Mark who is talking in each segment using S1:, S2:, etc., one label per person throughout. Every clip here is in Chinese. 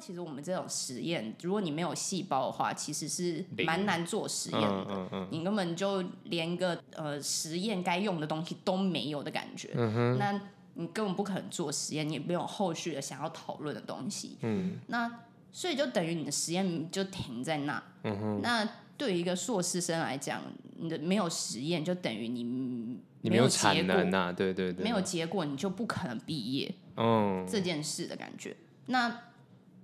S1: 其实我们这种实验，如果你没有细胞的话，其实是蛮难做实验的。
S2: 嗯嗯
S1: 你根本就连一个呃实验该用的东西都没有的感觉，
S2: 嗯
S1: 那你根本不可能做实验，你也没有后续的想要讨论的东西，
S2: 嗯
S1: 那所以就等于你的实验就停在那。
S2: 嗯
S1: 那对于一个硕士生来讲，你的没有实验就等于你
S2: 你
S1: 没
S2: 没有
S1: 结
S2: 产
S1: 果，
S2: 能呐、啊，对对对，
S1: 没有结果你就不可能毕业。
S2: 嗯
S1: 这件事的感觉。那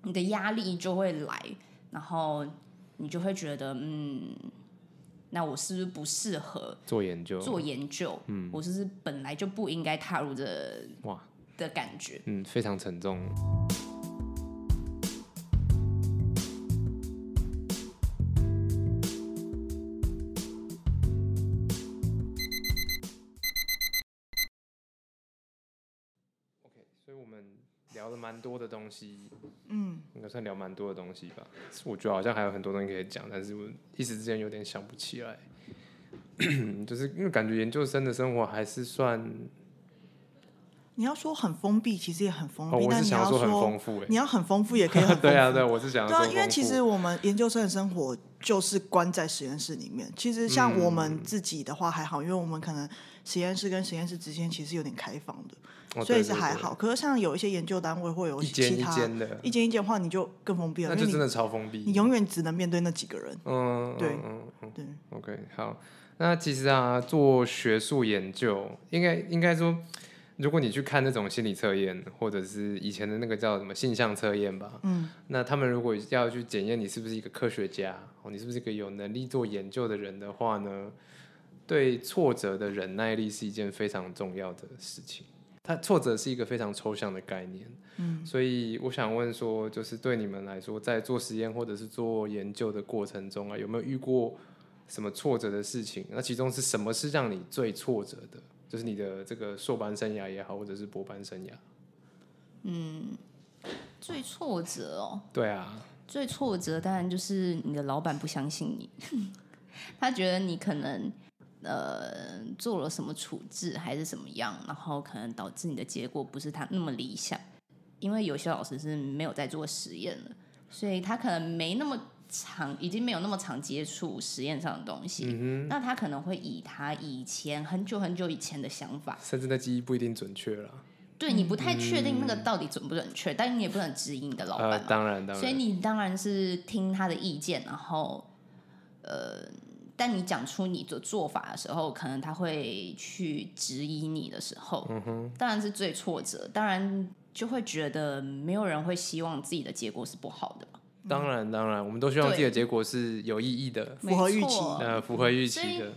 S1: 你的压力就会来，然后你就会觉得，嗯，那我是不是不适合
S2: 做研究，
S1: 做研究？嗯，我是不是本来就不应该踏入这
S2: 哇，
S1: 的感觉？
S2: 嗯，非常沉重。OK，所以我们聊了蛮多的东西，
S3: 嗯，
S2: 应该算聊蛮多的东西吧。我觉得好像还有很多东西可以讲，但是我一时之间有点想不起来。 就是因为感觉研究生的生活还是算，
S3: 你要说很封闭，其实也很封
S2: 哦，
S3: 闭，
S2: 我
S3: 但
S2: 是
S3: 你
S2: 想
S3: 要
S2: 要说很丰富、欸，
S3: 你要很丰富，也可 以很丰富。
S2: 对啊，对，我是想要
S3: 对啊，
S2: 说
S3: 因为
S2: 丰
S3: 其
S2: 富哦
S3: 实我们研究生的生活就是关在实验室里面。其实像我
S2: 嗯
S3: 们自己的话还好，因为我们可能实验室跟实验室之间其实有点开放的，
S2: 哦
S3: 所以
S2: 对
S3: 是
S2: 对
S3: 还
S2: 对
S3: 好。可是像有一些研究单位会有
S2: 一间
S3: 其
S2: 一
S3: 他
S2: 间的，
S3: 一间一间的话，你就更封闭
S2: 那
S3: 了，因
S2: 就
S3: 为
S2: 真
S3: 你
S2: 的超封闭。
S3: 你永远只能面对那几个人。
S2: 嗯，
S3: 对
S2: 嗯嗯
S3: 对，
S2: 嗯，OK，好。那其实啊，做学术研究，应该应该说，如果你去看那种心理测验，或者是以前的那个叫什么性向测验吧，
S3: 嗯，
S2: 那他们如果要去检验你是不是一个科学家，哦，你是不是一个有能力做研究的人的话呢，对挫折的忍耐力是一件非常重要的事情。它挫折是一个非常抽象的概念，嗯，所以我想问说，就是对你们来说，在做实验或者是做研究的过程中啊，有没有遇过什么挫折的事情？那其中是什么是让你最挫折的？就是你的这个硕班生涯也好，或者是博班生涯，
S1: 最挫折哦，
S2: 对啊，
S1: 最挫折当然就是你的老板不相信你，他觉得你可能呃做了什么处置还是怎么样，然后可能导致你的结果不是他那么理想，因为有些老师是没有在做实验的，所以他可能没那么常，已经没有那么常接触实验上的东西，那他可能会以他以前很久很久以前的想法
S2: 甚至那记忆不一定准确啦。
S1: 对你不太确定那个到底准不准确，但你也不能质疑你的老板嘛、啊
S2: 呃，当然，当然，
S1: 所以你当然是听他的意见，然后呃，但你讲出你的做法的时候，可能他会去质疑你的时候，
S2: 嗯
S1: 当然是最挫折，当然就会觉得没有人会希望自己的结果是不好的嘛，
S2: 当然，当然，我们都希望
S1: 对
S2: 自己的结果是有意义的，
S3: 符合预期
S1: 没错
S2: 呃，符合预
S1: 哦所以
S2: 期的。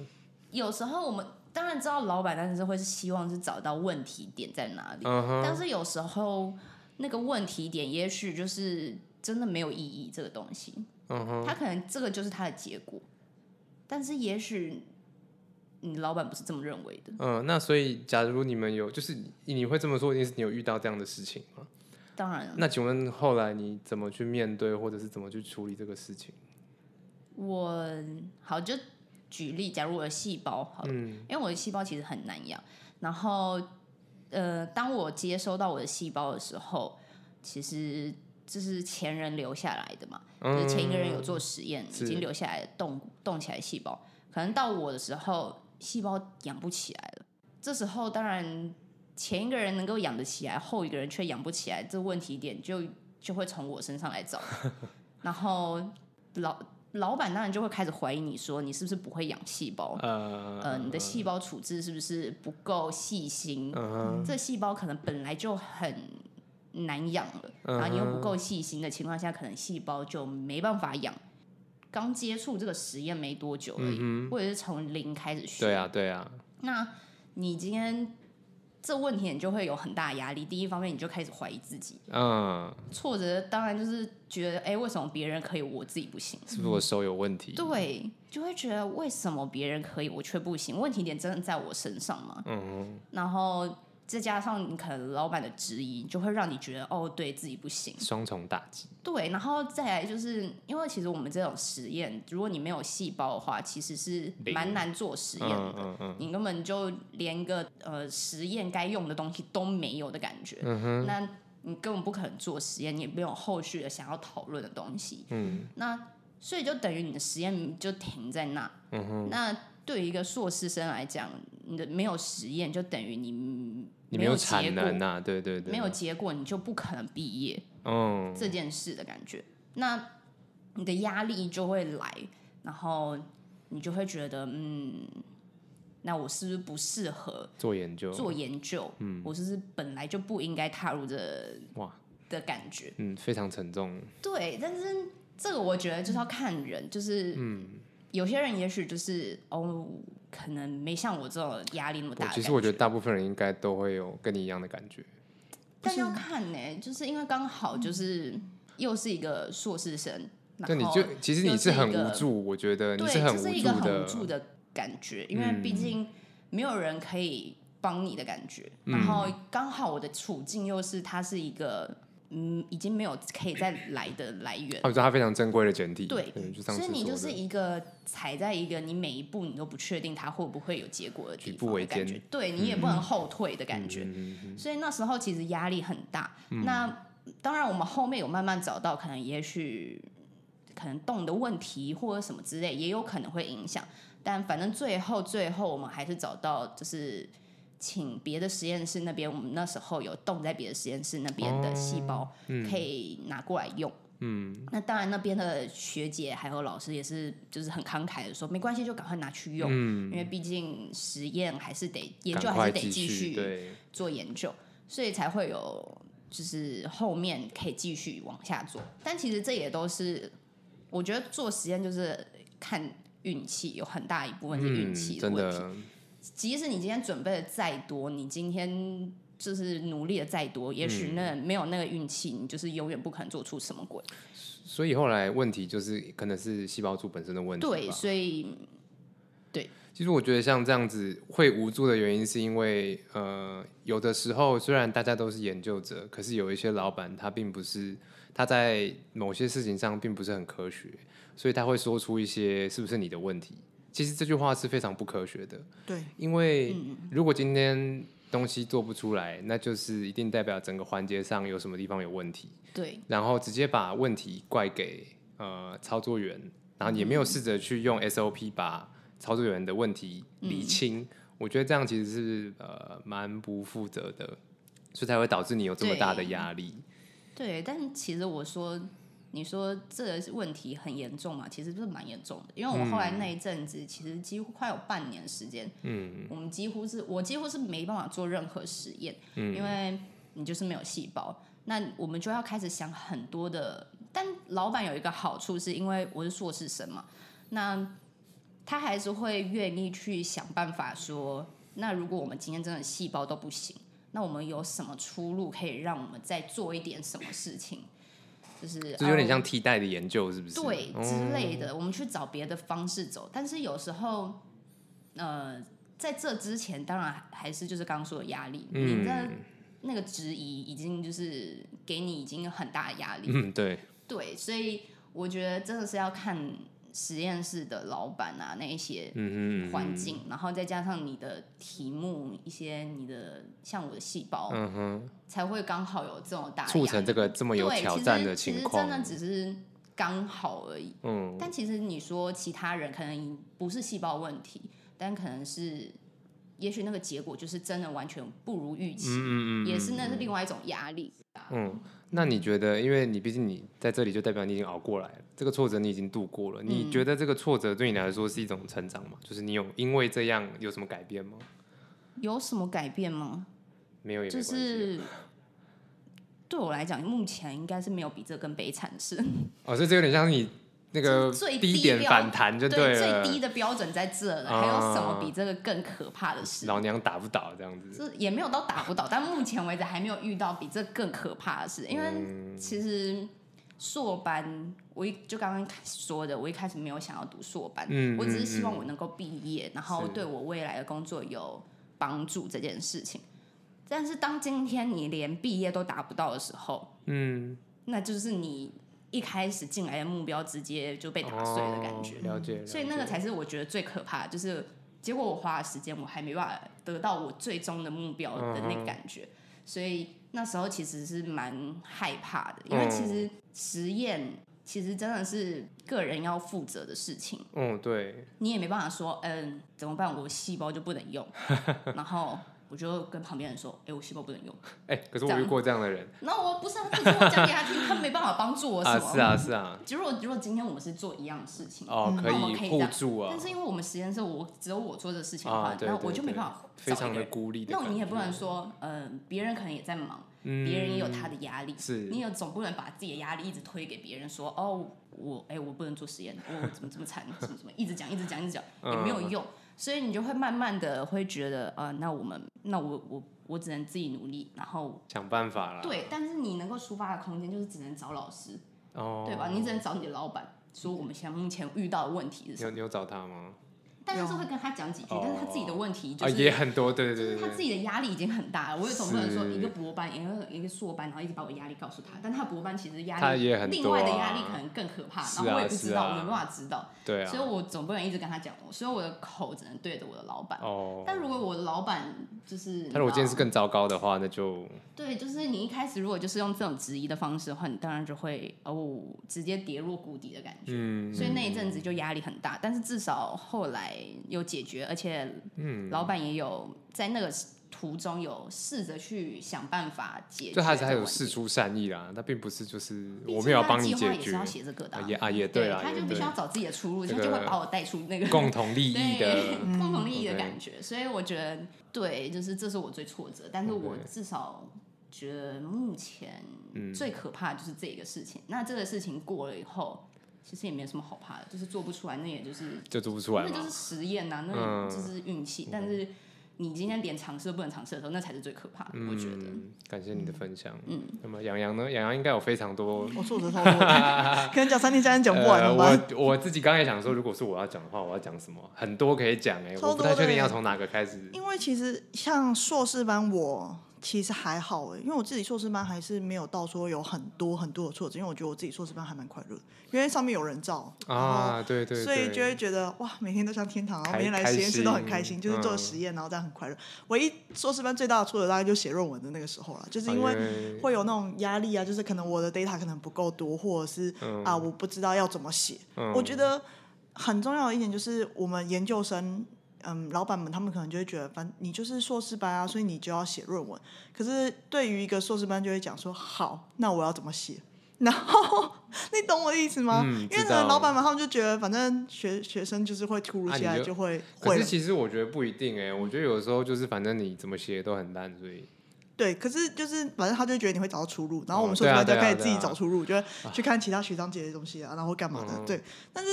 S1: 有时候我们当然知道老板，但是会是希望是找到问题点在哪里，
S2: 嗯哼，
S1: 但是有时候那个问题点也许就是真的没有意义这个东西，
S2: 嗯哼，
S1: 他可能这个就是他的结果，但是也许你老板不是这么认为的，
S2: 嗯，那所以，假如你们有，就是你你会这么说，一定是你有遇到这样的事情吗？
S1: 当然了，
S2: 那请问后来你怎么去面对，或者是怎么去处理这个事情？
S1: 我好就举例，假如我的细胞好了，
S2: 嗯
S1: 因为我的细胞其实很难养，然后呃，当我接收到我的细胞的时候，其实这是前人留下来的嘛，
S2: 嗯
S1: 就是前一个人有做实验，已
S2: 是
S1: 经留下来的动动起来的细胞，可能到我的时候，细胞养不起来了。这时候当然前一个人能够养得起来，后一个人却养不起来，这问题点就就会从我身上来找，然后老。老板当然就会开始怀疑你说你是不是不会养细胞，
S2: 呃
S1: 呃，你的细胞处置是不是不够细心？
S2: 嗯哼
S1: 这细胞可能本来就很难养了，
S2: 嗯
S1: 然后你又不够细心的情况下，可能细胞就没办法养。刚接触这个实验没多久而已，或者是从零开始学。
S2: 嗯对啊，对啊，
S1: 那你今天这问题你就会有很大压力。第一方面，你就开始怀疑自己，
S2: 嗯，
S1: 挫折当然就是觉得，哎，为什么别人可以，我自己不行？
S2: 是不是我手有问题？
S1: 对，就会觉得为什么别人可以，我却不行？问题点真的在我身上吗？嗯，然后再加上你可能老板的质疑，就会让你觉得哦，对自己不行。
S2: 双重打击。
S1: 对，然后再来就是因为其实我们这种实验，如果你没有细胞的话，其实是
S2: 零
S1: 蛮难做实验
S2: 嗯
S1: 的。
S2: 嗯嗯，
S1: 你
S2: 嗯
S1: 根本就连一个呃实验该用的东西都没有的感觉，那你根本不可能做实验，你也没有后续的想要讨论的东西。
S2: 嗯
S1: 那所以就等于你的实验就停在那。
S2: 嗯哼，
S1: 那对于一个硕士生来讲，你的没有实验，就等于你
S2: 你
S1: 没
S2: 没有
S1: 结
S2: 产
S1: 果，
S2: 能呐、对对对，
S1: 没有结果，你就不可能毕业。
S2: 嗯
S1: 这件事的感觉。那你的压力就会来，然后你就会觉得，嗯，那我是不是不适合
S2: 做研究，
S1: 做研究？嗯，我是不是本来就不应该踏入这
S2: 哇，
S1: 的感觉？
S2: 嗯，非常沉重，
S1: 对，但是这个我觉得就是要看人，就是嗯。有些人也许就是哦，可能没像我这种压力那么大
S2: 我
S1: 的
S2: 其实
S1: 感
S2: 我觉得大部分人应该都会有跟你一样的感觉，
S1: 但要看呢、就是因为刚好就是又是一个硕士生，然
S2: 嗯对，你
S1: 后
S2: 就其实
S1: 又
S2: 你
S1: 是
S2: 是
S1: 一
S2: 很
S1: 个
S2: 无助，我觉得你
S1: 对，
S2: 很
S1: 这
S2: 无
S1: 是一
S2: 助
S1: 个很
S2: 的，嗯
S1: 无助的感觉，因为毕竟没有人可以帮你的感觉。
S2: 嗯
S1: 然后刚好我的处境又是它是一个嗯，已经没有可以再来的来源
S2: 啊，。我觉得它非常珍贵的简体，
S1: 对
S2: 嗯，就上
S1: 所
S2: 次
S1: 以你
S2: 说
S1: 就是
S2: 的
S1: 一个踩在一个你每一步你都不确定它会不会有结果的地
S2: 举步
S1: 方的
S2: 维
S1: 感觉
S2: 艰，
S1: 对你也不能后退的感觉。
S2: 嗯嗯
S1: 所以那时候其实压力很大。那当然，我们后面有慢慢找到，可能也许可能动的问题或者什么之类，也有可能会影响。但反正最后最后，我们还是找到，就是请别的实验室那边，我们那时候有动在别的实验室那边的细
S2: 哦
S1: 胞，
S2: 嗯
S1: 可以拿过来用。嗯，那当然那边的学姐还有老师也是，就是很慷慨的说，没关系，就赶快拿去用，因为毕竟实验还是得研究
S2: 嗯赶
S1: 还
S2: 快
S1: 是得
S2: 继
S1: 续
S2: 对，
S1: 做研究，所以才会有就是后面可以继续往下做。但其实这也都是我觉得做实验就是看运气，有很大一部分是运
S2: 嗯，
S1: 气
S2: 真
S1: 问题。
S2: 的，
S1: 即使你今天准备的再多，你今天就是努力的再多，也
S2: 嗯
S1: 许那没有那个运气，你就是永远不可能做出什么鬼。
S2: 所以后来问题就是可能是细胞株本身的问题，
S1: 对，
S2: 吧。
S1: 所以
S2: 其实我觉得像这样子会无助的原因，是因为呃，有的时候虽然大家都是研究者，可是有一些老板他并不是他在某些事情上并不是很科学，所以他会说出一些是不是你的问题。其实这句话是非常不科学的，
S3: 对，
S2: 因为如果今天东西做不出来，那就是一定代表整个环节上有什么地方有问题。
S1: 对
S2: 然后直接把问题怪给呃操作员，然后也没有试着去用 SOP 把操作员的问题理清。我觉得这样其实是呃蛮不负责的，所以才会导致你有这么大的压力。
S1: 对，但其实我说，你说这个问题很严重嘛？其实是蛮严重的，因为我后来那一阵子，其实几乎快有半年时间，嗯，我们几乎是我几乎是没办法做任何实验，嗯，因为你就是没有细胞，那我们就要开始想很多的。但老板有一个好处，是因为我是硕士生嘛，那他还是会愿意去想办法说，那如果我们今天真的细胞都不行。那我们有什么出路可以让我们再做一点什么事情？就是
S2: 这有点
S1: 哦
S2: 像替代的研究，是不是？
S1: 对
S2: 哦
S1: 之类的，我们去找别的方式走。但是有时候，呃，在这之前，当然还是就是刚刚说的压力，你的
S2: 嗯
S1: 那个质疑已经就是给你已经很大的压力。
S2: 嗯，对，
S1: 对，所以我觉得真的是要看实验室的老板啊那一些
S2: 嗯哼嗯
S1: 环境，然后再加上你的题目，一些你的像我的细胞，
S2: 嗯哼，
S1: 才会刚好有这种大
S2: 促
S1: 压
S2: 成
S1: 力
S2: 这个这么有
S1: 啊对
S2: 挑
S1: 其实
S2: 战的
S1: 其
S2: 情
S1: 实
S2: 况
S1: 真。的只是刚好而已。
S2: 嗯，
S1: 但其实你说其他人可能不是细胞问题，但可能是，也许那个结果就是真的完全不如预期，
S2: 嗯嗯嗯
S1: 也是那是另外一种压力。
S2: 嗯，那你觉得，因为你毕竟你在这里，就代表你已经熬过来了，这个挫折你已经度过了。你
S1: 嗯
S2: 觉得这个挫折对你来说是一种成长吗？就是你有因为这样有什么改变吗？
S1: 有什么改变吗？
S2: 没有也没
S1: 就
S2: 关系。啊
S1: 是对我来讲，目前应该是没有比这更悲惨的事。
S2: 哦，所以这有点像你那个
S1: 就是最
S2: 低
S1: 低
S2: 点
S1: 标
S2: 反 弹就
S1: 最
S2: 了，啊
S1: 低的标准在这了，还有什么比这个更可怕的事？
S2: 老娘打不倒这样子。
S1: 就是也没有到打不倒，但目前为止还没有遇到比这更可怕的事。因
S2: 嗯
S1: 为其实硕班，我一就刚刚说的，我一开始没有想要读硕班，
S2: 嗯
S1: 我只是希望
S2: 嗯嗯
S1: 我能够毕业，然后
S2: 是
S1: 对我未来的工作有帮助这件事情。但是当今天你连毕业都达不到的时候，
S2: 嗯，
S1: 那就是你一开始进来的目标直接就被打碎的感觉
S2: 哦。了解。
S1: 所以那
S2: 了
S1: 个
S2: 解
S1: 才是我觉得最可怕的，
S2: 嗯
S1: 就是结果我花了时间，我还没办法得到我最终的目标的那个感觉。所以那时候其实是蛮害怕的，因为其
S2: 嗯
S1: 实实验其实真的是个人要负责的事情，
S2: 嗯，对，
S1: 你也没办法说，嗯，怎么办？我细胞就不能 用，然后我就跟旁边人说，哎、我细胞不能用。
S2: 哎、可是我
S1: 这样
S2: 遇过这样的人
S1: 那我不是啊，这是我讲给他听，他没办法帮助我什
S2: 啊，
S1: 么。
S2: 是啊，是啊，
S1: 如果如果今天我们是做一样的事情，
S2: 哦，
S1: 嗯
S2: 可
S1: 那我
S2: 以
S1: 们可以这
S2: 互
S1: 样
S2: 助啊
S1: 但，是因为我们实验室我只有我做这事情的话，
S2: 啊，对
S1: 那
S2: 对
S1: 我就没
S2: 对
S1: 办法
S2: 非
S1: 找
S2: 常
S1: 一
S2: 的
S1: 个人。
S2: 孤立的感觉。
S1: 那你也不能说，嗯、别人可能也在忙，
S2: 嗯，
S1: 别人也有他的压力，
S2: 是
S1: 你也总不能把自己的压力一直推给别人说，哦，我哎、我不能做实验，哦我怎么这么惨，什么什么，一直讲一直讲一直讲也没
S2: 嗯
S1: 有用，所以你就会慢慢的会觉得啊、那我们那我我我只能自己努力，然后
S2: 想办法啦。，
S1: 对，但是你能够抒发的空间就是只能找老师，
S2: 哦，
S1: 对吧？你只能找你的老板说我们现在目前遇到的问题是
S2: 你
S1: 什么，
S2: 有你有找他吗？
S1: 但就是会跟他讲几句，但是他自己的问题就
S2: 啊，
S1: 是、
S2: 也很多，对
S1: 就
S2: 对
S1: 是
S2: 对
S1: 他
S2: 对
S1: 自
S2: 对。
S1: 己的压力已经很大了，我也总不能说
S2: 是
S1: 一个博班，一个一个硕班，然后一直把我压力告诉他，但他博班其实压力
S2: 他也很多啊
S1: 另外的压力可能更可怕，
S2: 是啊
S1: 然后我也不知道，
S2: 是啊
S1: 我没办法知道，
S2: 对啊
S1: 所以，我总不能一直跟他讲，所以我的口只能对着我的老板。
S2: 哦，
S1: 但如果我的老板就是，
S2: 他如果今天是
S1: 你知道
S2: 更糟糕的话，那就
S1: 对，就是你一开始如果就是用这种质疑的方式的话，你当然就会哦直接跌落谷底的感觉。
S2: 嗯，
S1: 所以那一阵子就压力很大，但是至少后来有解决，而且
S2: 嗯
S1: 老板也有在那个途中有试着去想办法解决这
S2: 就
S1: 个
S2: 他
S1: 问题。
S2: 是还有事出善意啦，他并不是就是
S1: 毕竟
S2: 我没有
S1: 他
S2: 帮你
S1: 计划
S2: 解
S1: 也
S2: 决
S1: 是要，写这个的
S2: 啊
S1: 啊、
S2: 也啊也
S1: 对
S2: 对啦，
S1: 他
S2: 也
S1: 就必须
S2: 对
S1: 要找自己的出路，
S2: 这
S1: 他就会
S2: 个
S1: 把我带出那个
S2: 共同利益
S1: 对
S2: 的，
S1: 共同利益的
S2: 嗯 OK
S1: 感觉。所以我觉得，对，就是这是我最挫折，但是我
S2: OK
S1: 至少觉得目前最可怕的就是这个事
S2: 嗯
S1: 情。那这个事情过了以后，其实也没什么好怕的，就是做不出来，那也就是
S2: 就做不出来
S1: 那
S2: 嘛
S1: 就。是实验呐、那
S2: 嗯
S1: 就是运气。但是你今天连尝试都不能尝试的时候，那才是最可怕的，我觉得。
S2: 嗯，感谢你的分享。嗯，那么洋洋呢？洋洋应该有非常多
S3: 我挫折超多的， 可能讲三天三夜讲不完
S2: 呃
S3: 了吧？
S2: 我我自己刚才想说，如果是我要讲的话，我要讲什么？很多可以讲哎、
S3: 超多
S2: 我不太确
S3: 的欸
S2: 定要从哪个开始。
S3: 因为其实像硕士班我。其实还好哎、因为我自己硕士班还是没有到说有很多很多的挫折，因为我觉得我自己硕士班还蛮快乐的，因为上面有人照，
S2: 啊，对对对，
S3: 哦所以就会觉得哇，每天都像天堂，然后
S2: 开
S3: 每天来实验室都很开心，
S2: 开心
S3: 就是做
S2: 嗯
S3: 实验，然后这样很快乐。唯一硕士班最大的挫折大概就写论文的那个时候了，就是
S2: 啊
S3: 因为
S2: 为
S3: 会有那种压力啊，就是可能我的 data 可能不够多，或者是、
S2: 嗯
S3: 啊我不知道要怎么写。
S2: 嗯
S3: 我觉得很重要的一点就是我们研究生。嗯，老板们他们可能就会觉得，反正你就是硕士班啊，所以你就要写论文。可是对于一个硕士班，就会讲说，好，那我要怎么写？ 然后你懂我的意思吗？
S2: 嗯
S3: 因为
S2: 知
S3: 可
S2: 道
S3: 能老板们他们就觉得，反正学学生就是会突如
S2: 啊
S3: 其
S2: 你
S3: 来
S2: 就
S3: 就会
S2: 可
S3: 会
S2: 是
S3: 了。
S2: 其实我觉得不一定哎、我觉得有时候就是反正你怎么写都很烂，所以
S3: 对，可是就是反正他就觉得你会找到出路，然后我们
S2: 哦
S3: 硕士班就
S2: 对啊对啊
S3: 开始自己
S2: 对啊
S3: 找出路，就会去看其他学长姐的东西啊，然后干嘛的。
S2: 嗯
S3: 对，但是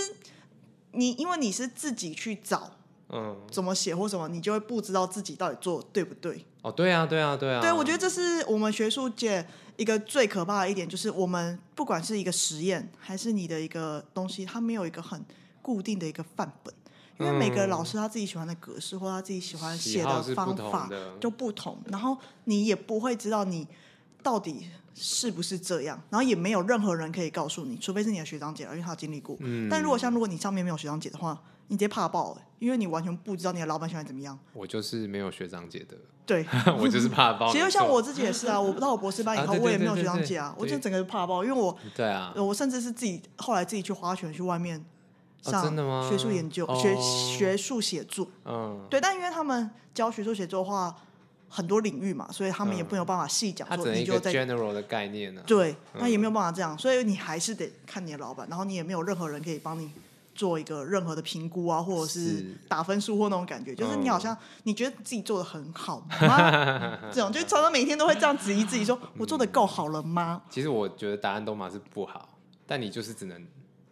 S3: 你因为你是自己去找
S2: 嗯，
S3: 怎么写或什么，你就会不知道自己到底做得对不对。
S2: 哦，对啊，对啊，对啊，
S3: 对，我觉得这是我们学术界一个最可怕的一点，就是我们不管是一个实验，还是你的一个东西，它没有一个很固定的一个范本，因为每个
S2: 嗯
S3: 老师他自己喜欢的格式或他自己喜欢
S2: 喜
S3: 写
S2: 好是不
S3: 方
S2: 同
S3: 法
S2: 的，
S3: 就不同，然后你也不会知道你到底是不是这样，然后也没有任何人可以告诉你，除非是你的学长姐了，因为他有经历过。
S2: 嗯，
S3: 但如果像如果你上面没有学长姐的话，你直接怕爆、欸，因为你完全不知道你的老板喜欢怎么样。
S2: 我就是没有学长姐的，
S3: 对，
S2: 我就是 怕包。
S3: 其实像我自己也是啊，我不到我博士班以
S2: 啊
S3: 后，
S2: 对
S3: 我也
S2: 对
S3: 没有
S2: 对
S3: 学长
S2: 对
S3: 姐啊，我
S2: 对
S3: 就整个怕爆，因为我
S2: 对啊，
S3: 呃我甚至是自己后来自己去花拳去外面
S2: 哦
S3: 上
S2: 真的吗
S3: 学术研究、学
S2: 哦
S3: 学术写作，
S2: 嗯，
S3: 对，但因为他们教学术写作的话很多领域嘛，所以他们也
S2: 嗯
S3: 没有办法细讲
S2: 它只
S3: 说
S2: 能
S3: 你
S2: 一
S3: 就
S2: 个
S3: 在
S2: general 的概念呢、啊，
S3: 对，那也没有办法这样，所以你还是得看你的老板，然后你也没有任何人可以帮你做一个任何的评估啊，或者
S2: 是
S3: 是打分数或那种感觉，就是你好
S2: 嗯
S3: 像你觉得自己做的很好 吗？这种就常常每天都会这样质疑自己说，
S2: 嗯
S3: 我做的够好了吗？
S2: 其实我觉得答案都嘛是不好，但你就是只能，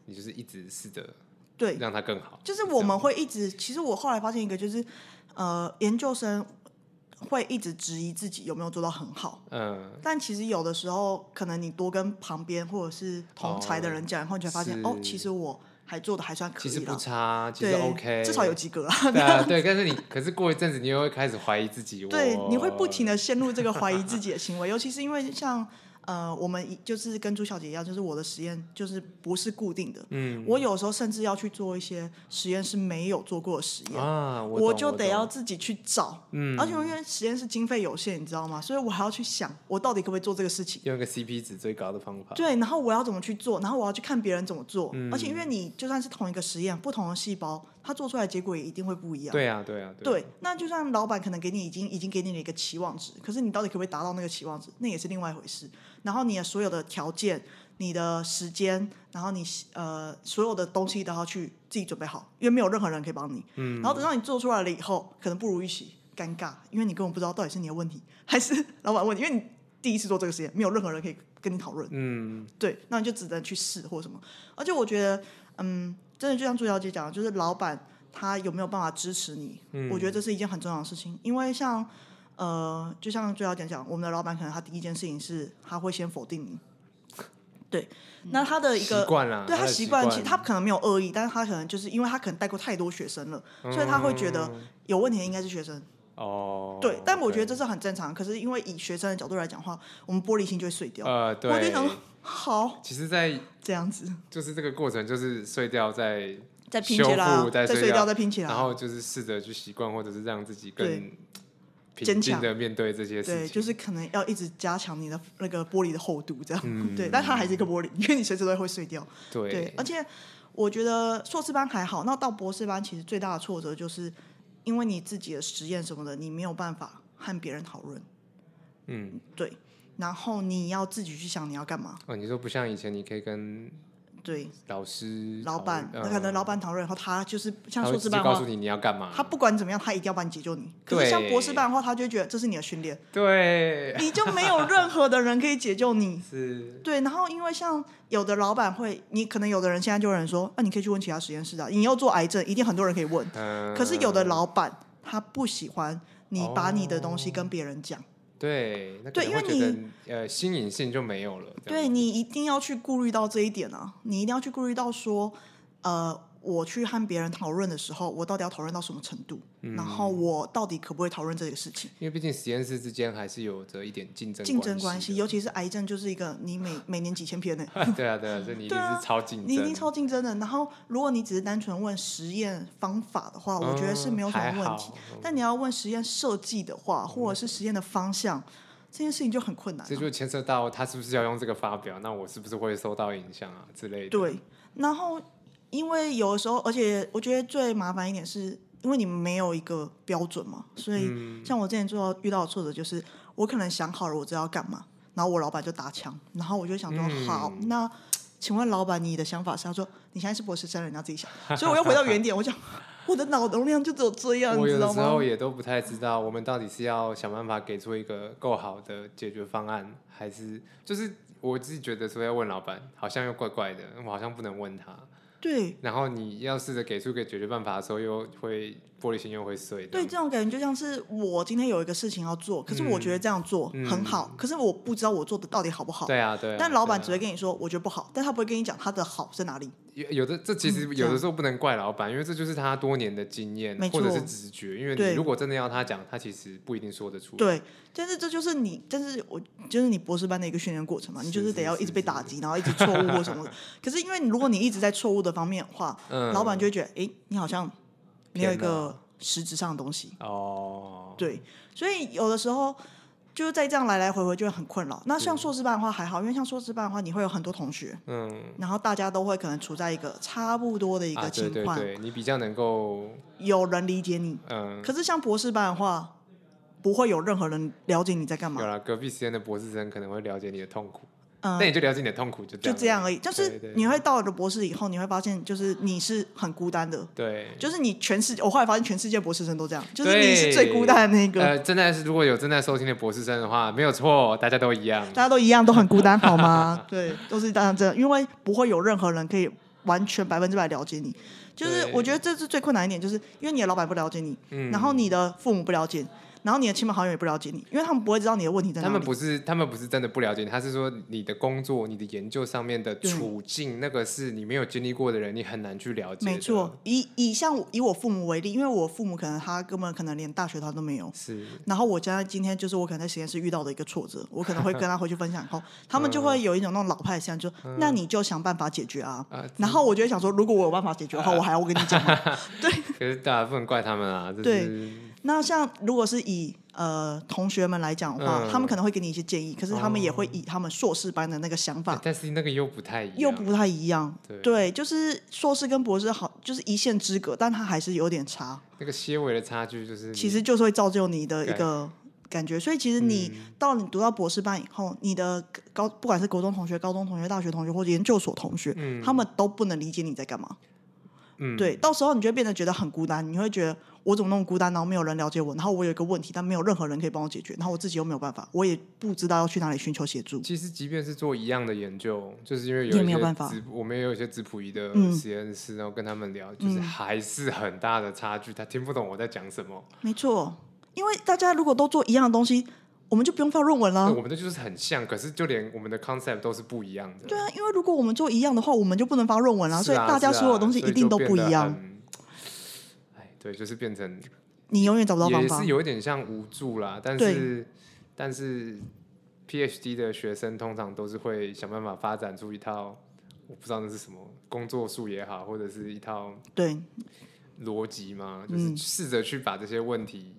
S2: 你就是一直试着
S3: 对，
S2: 让它更好。
S3: 就是
S2: 这
S3: 我们
S2: 样
S3: 会一直，其实我后来发现一个就是，呃，研究生会一直质疑自己有没有做到很好。
S2: 嗯，
S3: 但其实有的时候，可能你多跟旁边或者是同才的人讲，然后你就会发现，哦，
S2: 是
S3: 其实我还做的还算可
S2: 其
S3: 以
S2: 实不
S3: 啦。
S2: 差，啊其
S3: 对
S2: 实 OK，
S3: 至少有及格 啦。
S2: 对 啊，对。但是你，可是过一阵子，你又会开始怀疑自己。
S3: 对
S2: 我，
S3: 你会不停的陷入这个怀疑自己的行为，尤其是因为像呃，我们一就是跟朱小姐一样，就是我的实验就是不是固定的，
S2: 嗯
S3: 我有时候甚至要去做一些实验是没有做过的实验，
S2: 啊，我
S3: 我
S2: 懂
S3: 就得，要
S2: 懂
S3: 自己去找。
S2: 嗯，
S3: 而且因为实验室经费有限，你知道吗？所以我还要去想，我到底可不可以做这个事情？
S2: 用一个 CP 值最高的方法，
S3: 对，然后我要怎么去做？然后我要去看别人怎么做。
S2: 啊嗯
S3: 而且因为你就算是同一个实验，不同的细胞，它做出来的结果也一定会不一样。
S2: 对啊，对啊，啊
S3: 对，那就算老板可能给你已经已经给你了一个期望值，可是你到底可不可以达到那个期望值，那也是另外一回事。然后你的所有的条件、你的时间，然后你呃所有的东西都要去自己准备好，因为没有任何人可以帮你。
S2: 嗯
S3: 然后等到你做出来了以后，可能不如预期，尴尬，因为你根本不知道到底是你的问题还是 老板问题，因为你第一次做这个实验，没有任何人可以跟你讨论。
S2: 嗯，
S3: 对，那你就只能去试或什么。而且我觉得，嗯，真的就像朱小姐讲的，就是老板他有没有办法支持你，
S2: 嗯
S3: 我觉得这是一件很重要的事情。因为像呃，就像朱小姐讲，我们的老板可能他第一件事情是他会先否定你，对，那他的一
S2: 习
S3: 个
S2: 惯啦，
S3: 对他
S2: 的
S3: 习
S2: 习
S3: 惯，
S2: 惯，
S3: 其实他可能没有恶意，但是他可能就是因为他可能带过太多学生了，所以他会觉得
S2: 嗯
S3: 有问题的应该是学生。
S2: 哦，
S3: 对，但我觉得这
S2: 是
S3: 是很正常。可是因为以学生的角度来讲话，我们玻璃心就会碎掉。
S2: 呃，对，
S3: 我就想说，好
S2: 其实，在
S3: 这样子。
S2: 就是这个过程，就是碎掉在，
S3: 再拼起来
S2: 修
S3: 啊，
S2: 复再
S3: 再
S2: 睡
S3: 睡
S2: 觉
S3: 觉，再拼起来
S2: 然
S3: 啊。
S2: 后就是试着去习惯，或者是让自己
S3: 对
S2: 更平
S3: 坚
S2: 静
S3: 强
S2: 的面对这些事
S3: 对，
S2: 情，
S3: 就是可能要一直加强你的那个玻璃的厚度，这样。对，但它还是一个玻璃，因为你随时都会碎掉。
S2: 嗯对
S3: 对，而且我觉得硕士班还好，那到博士班其实最大的挫折就是，因为你自己的实验什么的，你没有办法和别人讨论。
S2: 嗯，
S3: 对，然后你要自己去想你要干嘛。
S2: 哦，你说不像以前，你可以跟
S3: 对，
S2: 老师、
S3: 老板，
S2: 讨
S3: 那可能老
S2: 呃
S3: 板讨论，然后他就是像
S2: 他会
S3: 硕
S2: 直
S3: 士
S2: 接
S3: 班
S2: 告
S3: 的话
S2: 诉。你你要干嘛，
S3: 他不管怎么样，他一定要帮你解救你。可是像博士
S2: 对
S3: 班的话，他就会觉得这是你的训练，
S2: 对
S3: 你就没有任何的人可以解救你。
S2: 是
S3: 对，然后因为像有的老板会，你可能有的人现在就有人说，啊，你可以去问其他实验室啊，你要做癌症，一定很多人可以问。
S2: 嗯，
S3: 可是有的老板他不喜欢你把你的东西
S2: 哦
S3: 跟别人讲，
S2: 对那可
S3: 对
S2: 能
S3: 因为
S2: 会觉得呃新颖性就没有了，这样
S3: 对你一定要去顾虑到这一点啊，你一定要去顾虑到说，呃，我去和别人讨论的时候，我到底要讨论到什么程度，
S2: 嗯
S3: 然后我到底可不可以讨论这个事情。
S2: 因为毕竟实验室之间还是有着一点竞争
S3: 竞争关
S2: 系
S3: 系，
S2: 的，
S3: 尤其是癌症，就是一个你每每年几千篇呢、
S2: 对啊对啊，所以你一定
S3: 对啊
S2: 是超竞争，
S3: 你一定超竞争的。然后，如果你只是单纯问实验方法的话，我觉得是没有什么问题
S2: 嗯。还好
S3: 但你要问实验设计的话，或者是实验的方向，这件事情就很困难
S2: 这
S3: 了。
S2: 就牵涉到他是不是要用这个发表，那我是不是会受到影响啊之类的。，
S3: 对，然后因为有的时候，而且我觉得最麻烦一点是，因为你没有一个标准嘛，所
S2: 嗯
S3: 以像我之前做到遇到的挫折就是，我可能想好了我知道要干嘛，然后我老板就打枪，然后我就想说，
S2: 嗯
S3: 好，那请问老板你的想法是？他说你现在是博士生了，你要自己想，所以我又回到原点，我讲我的脑容量就只有这啊样，你
S2: 我有
S3: 知
S2: 的
S3: 道
S2: 时候
S3: 吗？
S2: 也都不太知道，我们到底是要想办法给出一个够好的解决方案，还是就是我自己觉得说要问老板，好像又怪怪的，我好像不能问他。
S3: 对。
S2: 然后你要试着给出一个解决办法的时候，又会玻璃心又会碎。
S3: 对，这种感觉就像是我今天有一个事情要做，可是我
S2: 嗯
S3: 觉得这样做很好，可是我不知道我做的到底好不好。
S2: 对啊，对啊。
S3: 但老板
S2: 对啊
S3: 只会跟你说我觉得不好，但他不会跟你讲他的好在哪里。
S2: 有有的，这其实
S3: 嗯这
S2: 有
S3: 样
S2: 的时候不能怪老板，因为这就是他多年的经验
S3: 没
S2: 或者
S3: 错
S2: 是直觉。因为
S3: 对
S2: 你如果真的要他讲，他其实不一定说得出来。
S3: 对，但是这就是你，但是我就是你博士班的一个训练过程嘛，你就是是得要
S2: 是
S3: 一直被打击，然后一直错误或 什么的。可是因为你如果你一直在错误的方面的话，
S2: 嗯
S3: 老板就会觉得，诶，你好像没有一
S2: 偏了
S3: 个实质上的东西。
S2: 哦，
S3: 对，所以有的时候就是在这样来来回回就会很困扰。那像硕士班的话还好，因为像硕士班的话，你会有很多同学，
S2: 嗯，
S3: 然后大家都会可能处在一个差不多的一
S2: 啊，
S3: 个
S2: 对
S3: 情
S2: 对
S3: 况，
S2: 对，你比较能够，
S3: 有人理解你，
S2: 嗯，
S3: 可是像博士班的话，不会有任何人了解你在干嘛
S2: 有，了隔壁实验的博士生可能会了解你的痛苦，
S3: 嗯
S2: 那你就了解你的痛苦，就
S3: 就这样而已。就
S2: 对对
S3: 是你会到了博士以后，你会发现，就是你是很孤单的，
S2: 对，
S3: 就是你全世界，我后来发现全世界博士生都这样，就是
S2: 对
S3: 你是最孤单的那个，
S2: 呃，正在如果有正在收听的博士生的话，没有错，大家都一样。
S3: 大家都一样，都很孤单，好吗？ 对，都是这样，这样，因为不会有任何人可以完全百分之百了解你。就是
S2: 对
S3: 我觉得这是最困难一点，就是因为你的老板不了解你，
S2: 嗯
S3: 然后你的父母不了解，然后你的亲朋好友也不了解你，因为他们不会知道你的问题在哪
S2: 他
S3: 里。
S2: 们不是他们不是真的不了解你，他是说你的工作、你的研究上面的处境，那个是你没有经历过的人，你很难去了解。
S3: 没错，，以以像我以我父母为例，因为我父母可能他根本可能连大学他都没有。
S2: 是
S3: 然后我家今天就是我可能在实验室遇到的一个挫折，我可能会跟他回去分享后，他们就会有一种那种老派的现象，就说那你就想办法解决啊。
S2: 嗯啊
S3: 然后我就会想说，如果我有办法解决的话，我还要跟你 讲吗？
S2: 可是大家不能怪他们啊，这
S3: 对
S2: 是
S3: 那像如果是以呃同学们来讲的话，
S2: 嗯哦
S3: 他们可能会给你一些建议，可是他们也会以他们硕士班的那个想法
S2: 欸但是那个又不太一样，
S3: 又不太一样。
S2: 对
S3: 对，就是硕士跟博士好，就是一线之隔，但它还是有点差。
S2: 那个些微的差距就是你，
S3: 其实就是会造就你的一个感觉。所以其实你
S2: 嗯
S3: 到你读到博士班以后，你的高不管是国中同学、高中同学、大学同学或者研究所同学，
S2: 嗯
S3: 他们都不能理解你在干嘛。
S2: 嗯
S3: 对，到时候你就会变得觉得很孤单，你会觉得我怎么那么孤单，然后没有人了解我，然后我有一个问题，但没有任何人可以帮我解决，然后我自己又没有办法，我也不知道要去哪里寻求协助。
S2: 其实即便是做一样的研究，就是因为有
S3: 也
S2: 一
S3: 没有
S2: 些
S3: 办法
S2: 质我们也有一些质谱仪的
S3: 嗯
S2: 实验室，然后跟他们聊，就是
S3: 嗯
S2: 还是很大的差距，他听不懂我在讲什么。
S3: 没错，因为大家如果都做一样的东西，我们就不用发论文了
S2: 对。我们的就是啊很像，可是就连我们的 concept 都是不一样的。
S3: 对啊，因为如果我们做一样的话，我们就不能发论文了，
S2: 是
S3: 所以
S2: 啊，
S3: 大家
S2: 是啊
S3: 所有东西一定都不
S2: 所
S3: 一。
S2: 以就
S3: 样，
S2: 变得很哎，对，就是变成
S3: 你永远找不到方
S2: 也
S3: 法
S2: 是。有一点像无助啦，但
S3: 对
S2: 是但是 PhD 的学生通常都是会想办法发展出一套，我不知道那是什么工作术也好，或者是一套
S3: 对，
S2: 逻辑嘛，就
S3: 嗯
S2: 是试着去把这些问题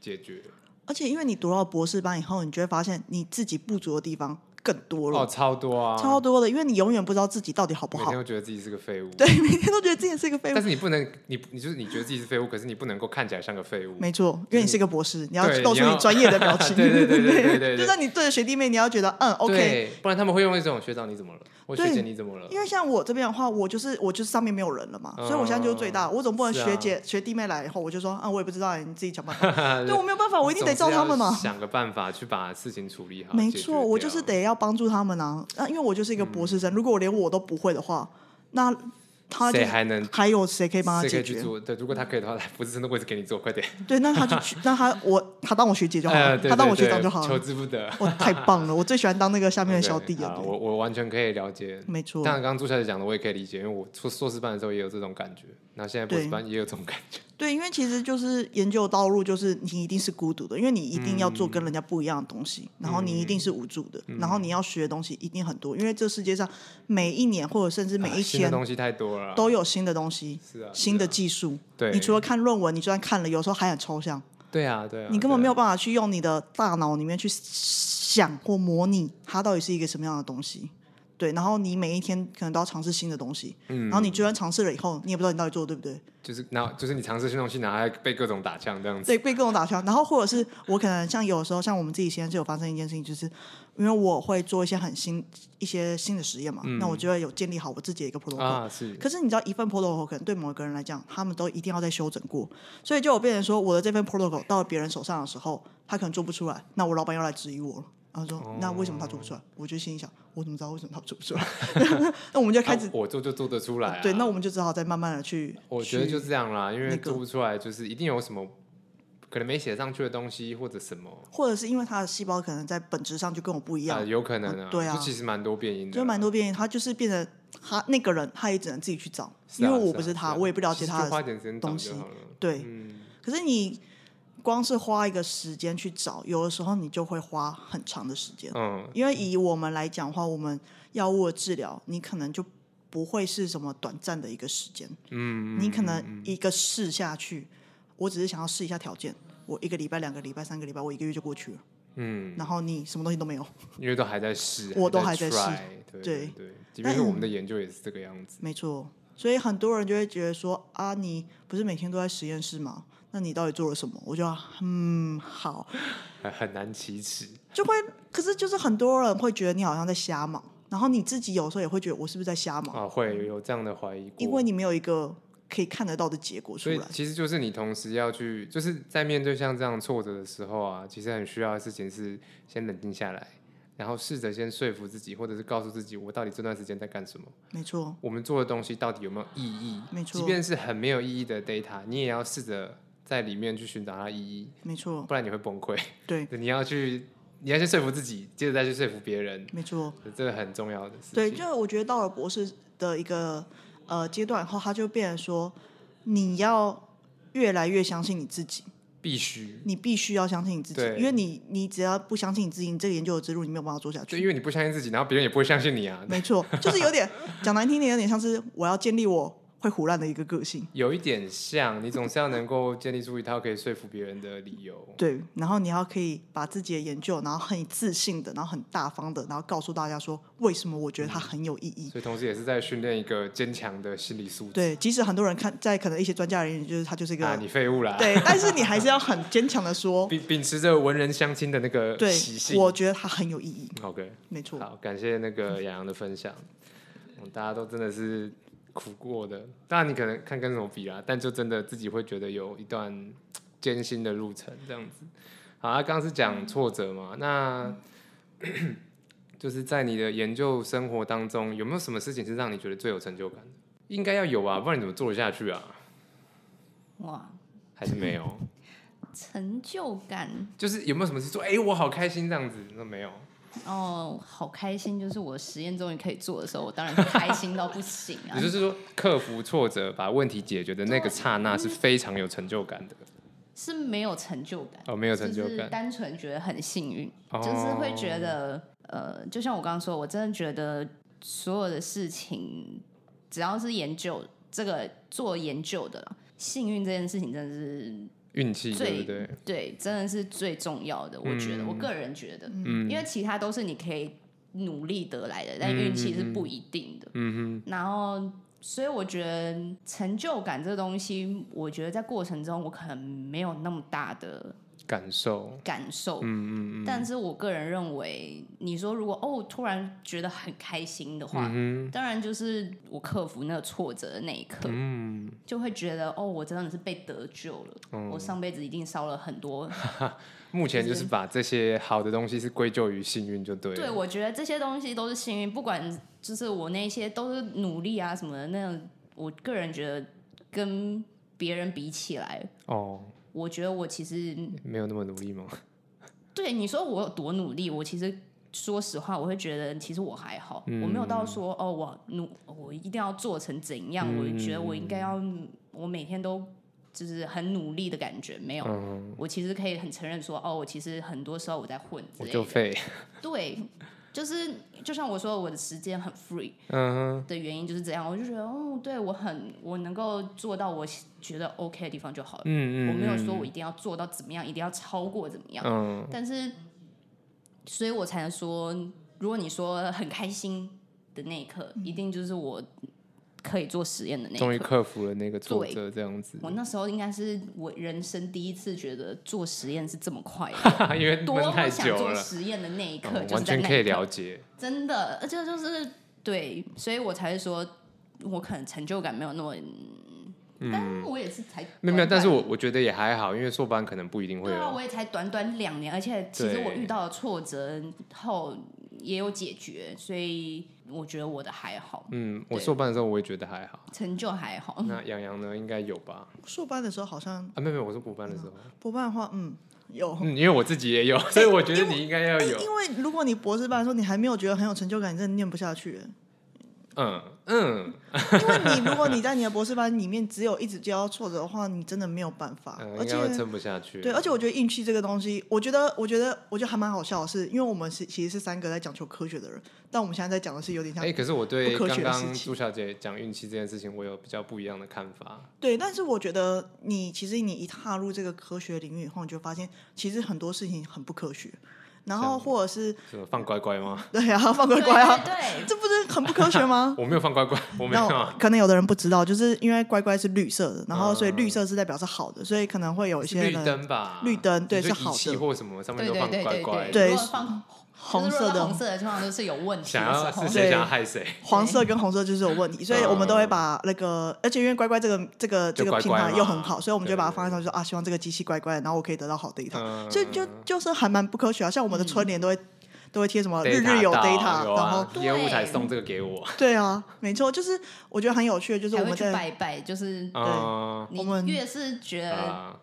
S2: 解决。
S3: 而且因为你读到博士班以后，你就会发现你自己不足的地方更多了，
S2: 哦，超多啊，
S3: 超多的，因为你永远不知道自己到底好不
S2: 每
S3: 好
S2: 天，都觉得自己是个废物。
S3: 对， 每天都觉得自己是一个废物
S2: 但。是你不能，你你就是你觉得自己是废物，可是你不能够看起来像个废物。
S3: 没错，因为你是个博士，你要
S2: 对
S3: 露出
S2: 你
S3: 你
S2: 要
S3: 专业的表情。
S2: 对对对对对对对
S3: 就算你对着学弟妹，你要觉得嗯，OK。
S2: 对，不然他们会用一种学长你怎么了，或
S3: 对
S2: 学姐你怎么了，
S3: 因为像我这边的话，我就是我就是上面没有人了嘛，所以我现在就是最大。我总不能
S2: 嗯是啊
S3: 学姐、学弟妹来以后，我就说啊，我也不知道，你自己想办 法。对
S2: 对
S3: 我没有办法，我一定得照他们嘛。
S2: 想个办法去把事情处理好。
S3: 没
S2: 啊解决
S3: 错，我就是
S2: 掉嗯
S3: 得要帮助他们啊！啊，因为我就是一个博士生，如果我连我都不会的话，那他啊就
S2: 谁还能
S3: 还有谁可以帮他
S2: 谁可
S3: 解
S2: 以去
S3: 决？
S2: 做？对，如果他可以的话， 他不是真的位置给你坐，快点。
S3: 对，那他就 去，那他我他当我学姐就好了，
S2: 呃， 对
S3: 他当
S2: 对
S3: 我学
S2: 对
S3: 长就好
S2: 求
S3: 了。
S2: 之不 得。
S3: 哇，太棒了！我最喜欢当那个下面的小弟
S2: OK，
S3: 了
S2: 好。我我完全可以了解。
S3: 没错，
S2: 当然，刚刚朱小姐讲的我也可以理解，因为我硕硕士班的时候也有这种感觉，然后现在博士
S3: 对
S2: 班也有这种感觉。
S3: 对，因为其实就是研究道路，就是你一定是孤独的，因为你一定要做
S2: 嗯
S3: 跟人家不一样的东西，然后你一定是无助的，然后你要学的东西一定很多，因为这世界上每一年或者甚至每
S2: 啊
S3: 一
S2: 新的
S3: 天
S2: 东西太多了啊，
S3: 都有新的东西，
S2: 是啊，
S3: 新的
S2: 是啊
S3: 技术。
S2: 对，
S3: 你除了看论文，你就算看了，有时候还很抽象，
S2: 对啊，对啊，
S3: 你根本
S2: 对啊
S3: 没有办法去用你的大脑里面去想或模拟它到底是一个什么样的东西。对，然后你每一天可能都要尝试新的东西，
S2: 嗯
S3: 然后你就算尝试了以后，你也不知道你到底做的对 不对，
S2: 就是然后就是你尝试新东西，然后还被各种打枪这样子。
S3: 对，被各种打枪。然后或者是我可能像有时候像我们自己实验室有发生一件事情，就是因为我会做一些很新一些新的实验嘛，
S2: 嗯
S3: 那我就会有建立好我自己的一个 protocol，、
S2: 啊，是
S3: 可是你知道，一份 protocol 可能对某一个人来讲，他们都一定要再修整过，所以就有变成说，我的这份 protocol 到了别人手上的时候，他可能做不出来，那我老板又来质疑我了。然后说，
S2: 哦
S3: 那为什么他做不出来？我就心里想，我怎么知道为什么他做不出来？ 那我们就开始
S2: 啊，我做就做得出来啊。
S3: 对，那我们就只好再慢慢的去，
S2: 我觉得
S3: 去
S2: 就是这样啦，因为
S3: 那个
S2: 做不出来，就是一定有什么可能没写上去的东西或者什么，
S3: 或者是因为他的细胞可能在本质上就跟我不一样
S2: 啊，，有可能啊，
S3: 嗯对啊
S2: 就其实蛮多变音的，
S3: 就蛮多变异，他就是变成他那个人，他也只能自己去找，
S2: 是啊，
S3: 因为我
S2: 是啊
S3: 不是他，
S2: 啊
S3: 我也不了解
S2: 其实
S3: 他
S2: 就
S3: 的
S2: 花点时间找
S3: 东
S2: 就
S3: 西
S2: 好了。
S3: 对，
S2: 嗯，
S3: 可是你光是花一个时间去找，有的时候你就会花很长的时间。
S2: 嗯，
S3: 因为以我们来讲的话，我们药物的治疗，你可能就不会是什么短暂的一个时间，
S2: 嗯，
S3: 你可能一个试下去，我只是想要试一下条件，我一个礼拜、两个礼拜、三个礼拜，我一个月就过去了，
S2: 嗯，
S3: 然后你什么东西都没有，
S2: 因为都还在试，
S3: 我都还在试
S2: try，对
S3: 对嗯
S2: 对对，即便是我们的研究也是这个样子，
S3: 没错。所以很多人就会觉得说啊，你不是每天都在实验室吗？那你到底做了什么？我就要嗯好，
S2: 很很难启齿。
S3: 就会，可是就是很多人会觉得你好像在瞎忙，然后你自己有时候也会觉得我是不是在瞎忙，
S2: 啊，会有这样的怀疑过，
S3: 因为你没有一个可以看得到的结果出
S2: 所以
S3: 来。
S2: 其实就是你同时要去，就是在面对像这样挫折的时候啊，其实很需要的事情是先冷静下来，然后试着先说服自己，或者是告诉自己，我到底这段时间在干什么，
S3: 没错，
S2: 我们做的东西到底有没有意义？
S3: 没错
S2: 即便是很没有意义的 data，你也要试着在里面去寻找它的意义，
S3: 没错，
S2: 不然你会崩溃。
S3: 对，
S2: 你要去，你要先说服自己，接着再去说服别人，
S3: 没错，
S2: 这个很重要的事情。
S3: 对，就是我觉得到了博士的一个呃阶段后，他就变成说，你要越来越相信你自己，
S2: 必须。
S3: 你必须要相信你自己，
S2: 对
S3: 因为你你只要不相信你自己，你这个研究的之路你没有办法做下
S2: 就
S3: 去。
S2: 因为你不相信自己，然后别人也不会相信你啊。
S3: 没错，就是有点讲难听点，有点像是我要建立我会胡乱的一个个性，
S2: 有一点像，你总是要能够建立出一套可以说服别人的理由。
S3: 对，然后你要可以把自己的研究，然后很自信的，然后很大方的，然后告诉大家说为什么我觉得
S2: 嗯
S3: 它很有意义。
S2: 所以同时也是在训练一个坚强的心理素质。
S3: 对，即使很多人看在可能一些专家人眼里，就是他就是一个、
S2: 啊，你废物啦！
S3: 对，但是你还是要很坚强 的说，
S2: 秉秉持着文人相亲的那个
S3: 对
S2: 习，性。
S3: 我觉得它很有意义。
S2: OK，
S3: 没错，
S2: 好，感谢那个雅阳的分享，嗯大家都真的是苦过的。当然你可能看跟什么比啦，但就真的自己会觉得有一段嘖艰辛的路程这样子。好，啊那刚刚是讲挫折嘛，那 就是在你的研究生活当中，有没有什么事情是让你觉得最有成就感的？应该要有吧，不然你怎么做得下去啊？
S1: 哇，
S2: 还是没有？
S1: 成就感
S2: 就是有没有什么事说，哎、我好开心这样子？那没有。
S1: 哦，好开心！就是我实验终于可以做的时候，我当然是开心到不行啊
S2: 也。就是说，克服挫折、把问题解决的那个刹那是非常有成就感的。
S1: 是没有成就感，
S2: 哦，没有成就
S1: 就是
S2: 感，
S1: 单纯觉得很幸运，
S2: 哦
S1: 就是会觉得呃，就像我刚刚说，我真的觉得所有的事情，只要是研究这个做研究的啦，幸运这件事情真的是
S2: 运气对
S1: 最
S2: 不对？
S1: 对，真的是最重要的。我觉得，我个人觉得，因为其他都是你可以努力得来的，但运气是不一定的。嗯哼，然后。所以我觉得成就感这东西，我觉得在过程中我可能没有那么大的
S2: 感受，
S1: 感受，嗯嗯嗯。但是我个人认为，你说如果哦突然觉得很开心的话，当然就是我克服那个挫折的那一刻，
S2: 嗯，
S1: 就会觉得哦我真的是被得救了，我上辈子一定烧了很多。
S2: 目前就是把这些好的东西是归咎于幸运就对了。
S1: 对，啊我觉得这些东西都是幸运，不管就是我那些都是努力啊什么的，那种我个人觉得跟别人比起来，
S2: 哦，
S1: 我觉得我其实
S2: 没有那么努力吗？
S1: 对你说我有多努力，我其实说实话，我会觉得其实我还好，我没有
S2: 嗯
S1: 到说哦，我努我一定要做成怎样，我觉得我应
S2: 嗯
S1: 该要我每天都就是很努力的感觉，没有，
S2: 嗯
S1: 我其实可以很承认说哦，我其实很多时候我在混之
S2: 我
S1: 类
S2: 就
S1: 的，
S2: 废，
S1: 对。就是就像我说，我的时间很 free
S2: 嗯哼，
S1: 的原因就是这样，我就觉得，哦，对我很我能够做到我觉得 OK 的地方就好了。
S2: 嗯嗯，
S1: 我没有说我一定要做到怎么样，一定要超过怎么样。
S2: 嗯，
S1: 但是，所以我才能说，如果你说很开心的那一刻，一定就是我可以做实验的那
S2: 嗯终
S1: 一
S2: 于
S1: 刻。
S2: 克服了那个挫折，这样子，
S1: 我那时候应该是我人生第一次觉得做实验是这么快
S2: 因为
S1: 多
S2: 闷
S1: 么
S2: 太
S1: 想
S2: 久
S1: 做
S2: 了，
S1: 实验的那一刻，
S2: 嗯
S1: 就是
S2: 完
S1: 在
S2: 全
S1: 那
S2: 可以
S1: 一刻
S2: 了解。
S1: 真的，而且就是对，所以我才会说，我可能成就感没有那么，但我也是才
S2: 嗯没有没有，
S1: 短短
S2: 但是我我觉得也还好，因为硕班可能不一定会
S1: 对啊，
S2: 有，
S1: 我也才短短两年，而且其实
S2: 对
S1: 我遇到的挫折后也有解决，所以我觉得我的还好，
S2: 嗯，我
S1: 对哦
S2: 硕班的时候我也觉得还好。
S1: 成就还 好。
S2: 那杨洋呢，应该有吧？
S3: 硕班的时候好像
S2: 啊，没有没有，我说补班的时候，
S3: 博班的话，嗯，有。
S2: 嗯，因为我自己也 有，所以我觉得你应该要
S3: 哎
S2: 有，
S3: 因为如果你博士班的时候你还没有觉得很有成就感，你真的念不下去。
S2: 嗯嗯
S3: 因为你如果你在你的博士班里面只有一直接到挫折的话，你真的没有办法。
S2: 嗯，
S3: 啊而
S2: 应
S3: 且
S2: 该会撑不下去。
S3: 对，而且我觉得运气这个东西，我觉得，我觉得，我觉得还蛮好笑的是，因为我们是其实是三个在讲求科学的人，但我们现在在讲的是有点像、
S2: 哎，可是我对
S3: 不科
S2: 刚
S3: 学的事
S2: 刚
S3: 情
S2: 朱小姐讲运气这件事情，我有比较不一样的看法。
S3: 对，但是我觉得你其实你一踏入这个科学领域以后，你就发现其实很多事情很不科学，然后
S2: 像
S3: 或者是
S2: 什么放乖乖吗？
S3: 对啊，放乖乖啊，
S1: 对对
S3: 这不是很不科学吗？
S2: 我没有放乖乖， 我没
S3: 那
S2: 有
S3: 我
S2: 啊。
S3: 可能有的人不知道，就是因为乖乖是绿色的，然后所以绿色是代表是好的，所以可能会有一
S2: 嗯是
S3: 些
S2: 绿
S3: 人
S2: 灯吧，
S3: 绿灯对
S2: 你说
S3: 是好
S2: 仪器
S3: 的
S2: 或什么上面
S1: 对
S2: 都放
S1: 对对
S2: 乖
S1: 对
S2: 乖，
S3: 对
S1: 如果放就
S3: 红
S1: 是如
S3: 色
S1: 果
S3: 的
S1: 红色的通常都是有问题
S2: 想
S1: 的时
S2: 要
S1: 候
S2: 是。谁想要害谁，
S3: 黄色跟红色就是有问题，所以我们都会把那个，而且因为乖乖这个这个
S2: 嗯就
S3: 这
S2: 乖
S3: 个
S2: 乖
S3: 品牌
S2: 嘛
S3: 又很好，所以我们就把它放在上
S2: 对
S3: 去说啊，希望这个机器乖乖的，然后我可以得到好的一套，
S2: 嗯
S3: 所以就就是还蛮不科学啊。像我们的春联都会都会贴什么日日有 data，
S2: 有
S3: 然后
S2: 啊，业务
S1: 对
S2: 才送这个给我，
S3: 对啊，没错，就是我觉得很有趣的，就是
S1: 还
S3: 我
S1: 会
S3: 们
S1: 去
S3: 在
S1: 拜拜，就是
S2: 嗯
S1: 你
S3: 我们
S1: 越是觉得
S2: 啊。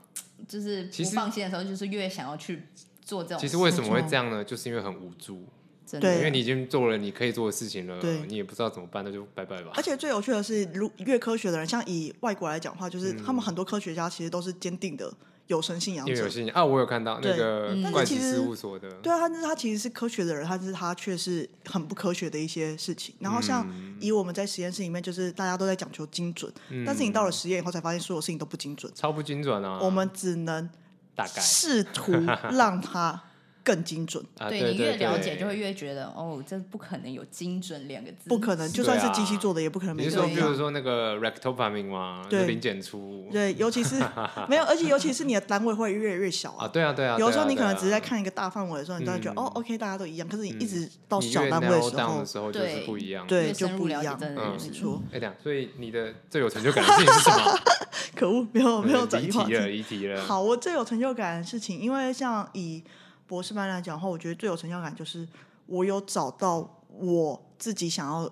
S1: 就是不
S2: 其实
S1: 放心的时候，就是越想要去做这种
S2: 其
S1: 事。
S2: 实为什么会这样呢？就是因为很无助，
S1: 真
S3: 对
S1: 的
S2: 因为你已经做了你可以做的事情了
S3: 对，
S2: 你也不知道怎么办，那就拜拜吧
S3: 而。且最有趣的是，如越科学的人，像以外国来讲的话，就是
S2: 嗯
S3: 他们很多科学家其实都是坚定的有神信仰
S2: 因为
S3: 者
S2: 有。些人啊，我有看到那
S3: 对
S2: 个
S1: 嗯
S2: 怪
S3: 但是
S2: 奇
S3: 其实
S2: 事务所的，
S3: 对啊，他他其实是科学的人，但是他却是很不科学的一些事情。然后像
S2: 嗯
S3: 以我们在实验室里面，就是大家都在讲求精准，但是你到了实验以后才发现所有事情都不精准，
S2: 超不精准啊。
S3: 我们只能
S2: 大概
S3: 试 图让它更精准。
S2: 啊，
S1: 对
S2: 对
S1: 你越了解，
S2: 对
S1: 就会越觉得哦，这不可能有精准两个字，
S3: 不可能，就算是机器做的，也不可能
S2: 啊你
S3: 每
S2: 是
S3: 次
S2: 说，
S3: 都
S1: 对
S3: 一
S2: 比如
S3: 样。
S2: 说那个 rectopamin 吗？
S3: 对
S2: 就零检出
S3: 对，尤其 是没有，而且尤其是你的单位会越来越小
S2: 啊，对啊，对啊。
S3: 有的时候
S2: 对啊
S3: 你可能
S2: 对啊
S3: 只是在看一个大范围的时候，你都会觉得、
S2: 嗯
S3: 哦，OK，大家都一样。可是你一直到
S2: 你
S3: 小
S2: 越
S3: 单位的
S2: narrow
S3: 时
S2: down
S3: 候
S2: 的，时候就是
S1: 对
S2: 不一样。
S3: 对
S1: 越
S3: 就
S1: 深入
S3: 不一
S1: 了解
S3: 样，
S1: 真的
S2: 嗯
S1: 就
S3: 没
S1: 是
S3: 错。
S2: 哎，等一下，所以你的最有成就感的事情是什 么？
S3: 可恶，没有没有转移
S2: 离
S3: 话
S2: 题了，
S3: 题。
S2: 离题了。
S3: 好，我最有成就感的事情，因为像以博士班来讲的话，我觉得最有成就感就是我有找到我自己想要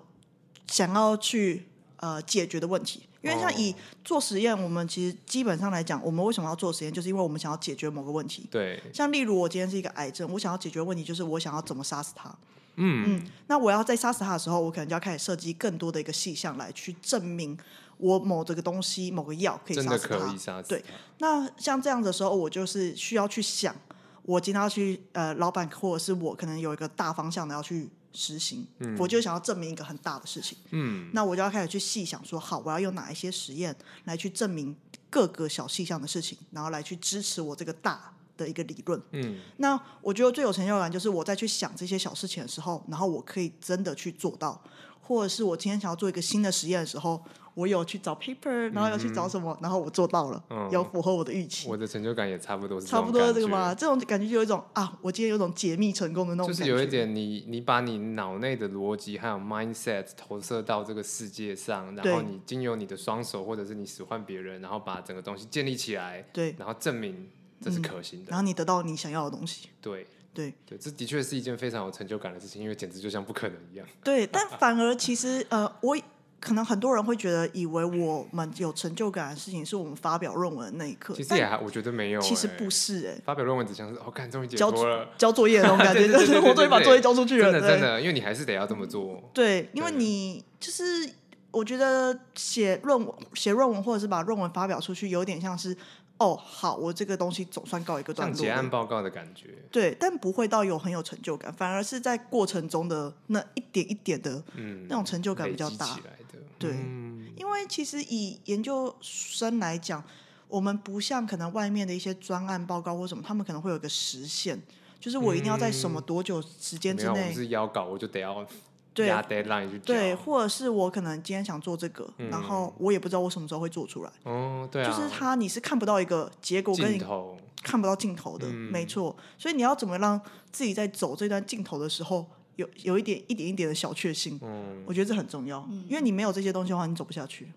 S3: 想要去呃解决的问题。因为像
S2: 哦
S3: 以做实验，我们其实基本上来讲，我们为什么要做实验，就是因为我们想要解决某个问题。
S2: 对，
S3: 像例如我今天是一个癌症，我想要解决的问题就是我想要怎么杀死它。
S2: 嗯，
S3: 那我要在杀死它的时候，我可能就要开始设计更多的一个细项来去证明我某这个东西、某个药可以
S2: 真
S3: 杀
S2: 的
S3: 死
S2: 可
S3: 它
S2: 以。杀死
S3: 对
S2: 它。
S3: 那像这样的时候，我就是需要去想，我今天要去呃，老板或者是我可能有一个大方向的要去实行，我就想要证明一个很大的事情。
S2: 嗯，
S3: 那我就要开始去细想说，好，我要用哪一些实验来去证明各个小细项的事情，然后来去支持我这个大的一个理论。
S2: 嗯，
S3: 那我觉得最有成就感就是我在去想这些小事情的时候，然后我可以真的去做到，或者是我今天想要做一个新的实验的时候，我有去找 paper，然后有去找什么，然后我做到了，
S2: 嗯
S3: 有符合我的预期。
S2: 我的成就感也差不多是
S3: 差不
S2: 种
S3: 多
S2: 感
S3: 这个
S2: 觉
S3: 吧，这种感觉就有一种啊，我今天有种解密成功的那种
S2: 就
S3: 感觉，
S2: 是有一点你你把你脑内的逻辑还有 mindset 投射到这个世界上，然后
S3: 对
S2: 你经由你的双手或者是你使唤别人，然后把整个东西建立起来，
S3: 对，嗯
S2: 然后证明这是可行的。
S3: 然后你得到你想要的东西，
S2: 对
S3: 对
S2: 对，这的确是一件非常有成就感的事情，因为简直就像不可能一样。
S3: 对，但反而其实呃，我可能很多人会觉得以为我们有成就感的事情是我们发表论文的那一刻，
S2: 其实
S3: 呃但
S2: 也还我觉得没有、
S3: 其实
S2: 欸
S3: 不是哎、
S2: 发表论文只像是哦，看终于解
S3: 交啊
S2: 脱 了，
S3: 交作业那 种感觉，
S2: 对对对对
S3: 就是
S2: 对
S3: 我终于把
S2: 对
S3: 作业交出去了，
S2: 真的
S3: 对嗯
S2: 真的，因为你还是得要这么做。
S3: 对，因为
S2: 对
S3: 你就是我觉得写论文、写论文或者是把论文发表出去，有点像是哦，好，我这个东西总算告一个段
S2: 像
S3: 落
S2: 结案
S3: 了。
S2: 报告的感觉，
S3: 对，但不会到有很有成就感，反而是在过程中的那一点一点的
S2: 嗯，
S3: 那种成就感比较
S2: 累积
S3: 大
S2: 起。来的，
S3: 对
S2: 嗯
S3: 因为其实以研究生来讲，我们不像可能外面的一些专案报告或什么，他们可能会有一个时限，就是我一定要在什么
S2: 嗯
S3: 多久时间
S2: 没
S3: 之
S2: 有，我
S3: 内
S2: 们是邀稿，我就得要
S3: 对
S2: 压 deadline 去交
S3: 对，或者是我可能今天想做这个，然后我也不知道我什么时候会做出来，
S2: 哦，嗯对啊，
S3: 就是它你是看不到一个结果，跟
S2: 镜
S3: 你
S2: 头，
S3: 看不到尽头的，
S2: 嗯
S3: 没错。所以你要怎么让自己在走这段尽头的时候，有有一点一点一点的小确幸，
S2: 嗯，
S3: 我觉得这很重要，因为你没有这些东西的话，你走不下去。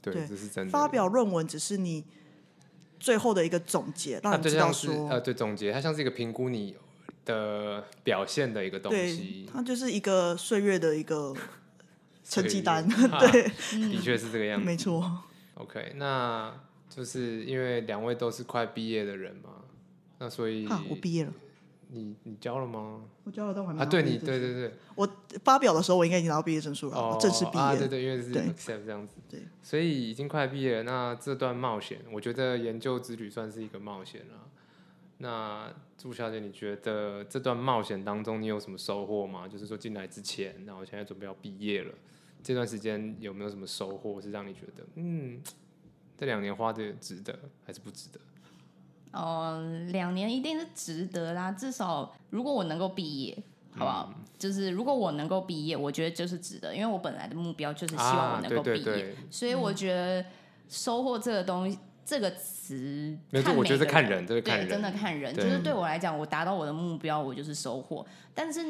S2: 对，
S3: 对
S2: 这是真的。
S3: 发表论文只是你最后的一个总结，
S2: 它
S3: 让你
S2: 就
S3: 知道
S2: 像是
S3: 说，
S2: 呃，对，总结，它像是一个评估你的表现的一个东
S3: 对，
S2: 西，
S3: 它就是一个岁月的一个成绩单，
S2: 所以
S3: 对，
S2: 的确啊是这个样子。
S3: 没错。
S2: OK，那就是因为两位都是快毕业的人嘛，那所以
S3: 啊哈，我毕业了，
S2: 你你交了吗？
S3: 我交了，但我还没
S2: 啊，
S3: 拿
S2: 对
S3: 毕业
S2: 你，
S3: 证
S2: 对
S3: 书
S2: 对对，
S3: 我发表的时候，我应该已经拿到毕业证书了，
S2: 哦
S3: 我，正式毕业。
S2: 啊，对对，因为是
S3: 对
S2: accept 这样子，
S3: 对，
S2: 所以已经快毕业了。那这段冒险，我觉得研究之旅算是一个冒险啦。那朱小姐，你觉得这段冒险当中，你有什么收获吗？就是说进来之前，那我现在准备要毕业了，这段时间有没有什么收获是让你觉得，嗯，这两年花的值得还是不值得？
S1: 哦，两年一定是值得啦。至少如果我能够毕业，好不
S2: 嗯
S1: 好？就是如果我能够毕业，我觉得就是值得，因为我本来的目标就是希望我
S2: 啊，
S1: 能
S2: 对
S1: 够毕业，
S2: 对对，
S1: 所以我觉得收获这个东西。这个词，
S2: 没有
S1: 看
S2: 这我觉得
S1: 每个
S2: 看人这个看
S1: 对，
S2: 人
S1: 真的看人。就
S2: 对
S1: 是对我来讲，我达到我的目标，我就是收获。但是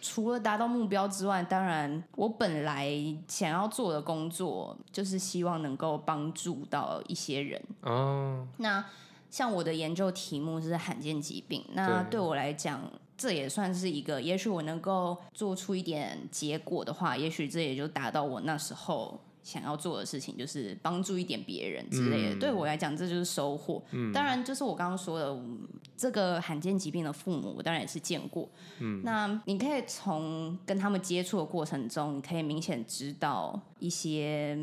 S1: 除了达到目标之外，当然我本来想要做的工作，就是希望能够帮助到一些人。
S2: 哦，
S1: 那像我的研究题目是罕见疾病，那
S2: 对
S1: 对我来讲，这也算是一个，也许我能够做出一点结果的话，也许这也就达到我那时候想要做的事情，就是帮助一点别人之类的。
S2: 嗯
S1: 对我来讲，这就是收获。当然，就是我刚刚说的，嗯这个罕见疾病的父母，我当然也是见过。嗯，那你可以从跟他们接触的过程中，你可以明显知道一些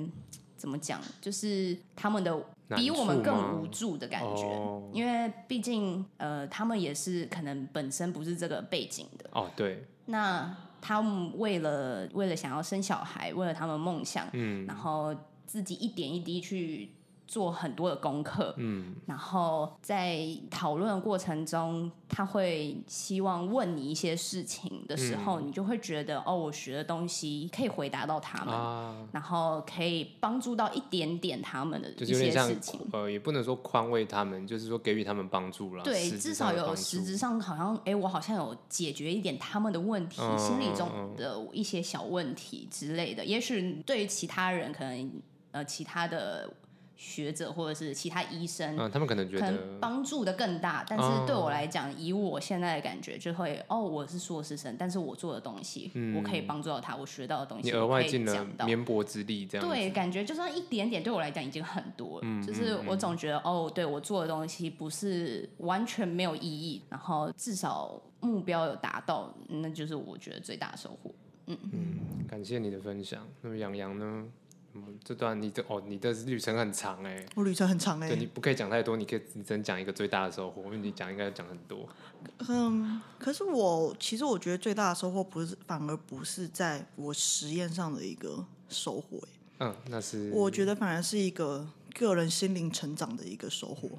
S1: 怎么讲，就是他们的
S2: 难
S1: 比我们
S2: 处吗
S1: 更无助的感觉。
S2: 哦
S1: 因为毕竟呃，他们也是可能本身不是这个背景的，
S2: 哦，对，
S1: 那他们为了为了想要生小孩，为了他们梦想，
S2: 嗯
S1: 然后自己一点一滴去做很多的功课，
S2: 嗯，
S1: 然后在讨论的过程中，他会希望问你一些事情的时候，
S2: 嗯
S1: 你就会觉得哦，我学的东西可以回答到他们。
S2: 啊，
S1: 然后可以帮助到一点点他们的
S2: 就
S1: 一
S2: 是有点
S1: 些
S2: 像
S1: 事情，
S2: 呃，也不能说宽慰他们，就是说给予他们帮助啦。
S1: 对，
S2: 实质
S1: 至
S2: 上
S1: 少
S2: 的
S1: 有
S2: 帮
S1: 实
S2: 助
S1: 质上好像，哎、我好像有解决一点他们的问题，
S2: 嗯
S1: 心理中
S2: 嗯嗯
S1: 的一些小问题之类的。也许对于其他人，可能呃，其他的学者或者是其他医生，
S2: 嗯，他们可能觉
S1: 可能
S2: 得
S1: 帮助的更大。但
S2: 嗯
S1: 是对我来讲，以我现在的感觉，就会哦，我是硕士生，但是我做的东西，我可以帮助到他，我学到的东西，
S2: 嗯你额外
S1: 我可以
S2: 尽了
S1: 讲到。
S2: 绵薄之力，这样子嗯
S1: 对，感觉就算一点点，对我来讲已经很多了。就是我总觉得，哦，对我做的东西不是完全没有意义，然后至少目标有达到，那就是我觉得最大的收获。
S2: 感谢你的分享。那么杨洋呢？嗯，这段你的哦，你的旅程很长哎、
S3: 我旅程很长哎、
S2: 对你不可以讲太多，你可以你只能讲一个最大的收获，因为你讲应该讲很多。
S3: 嗯，可是我其实我觉得最大的收获不是，反而不是在我实验上的一个收获、欸
S2: 嗯，那是
S3: 我觉得反而是一个个人心灵成长的一个收获，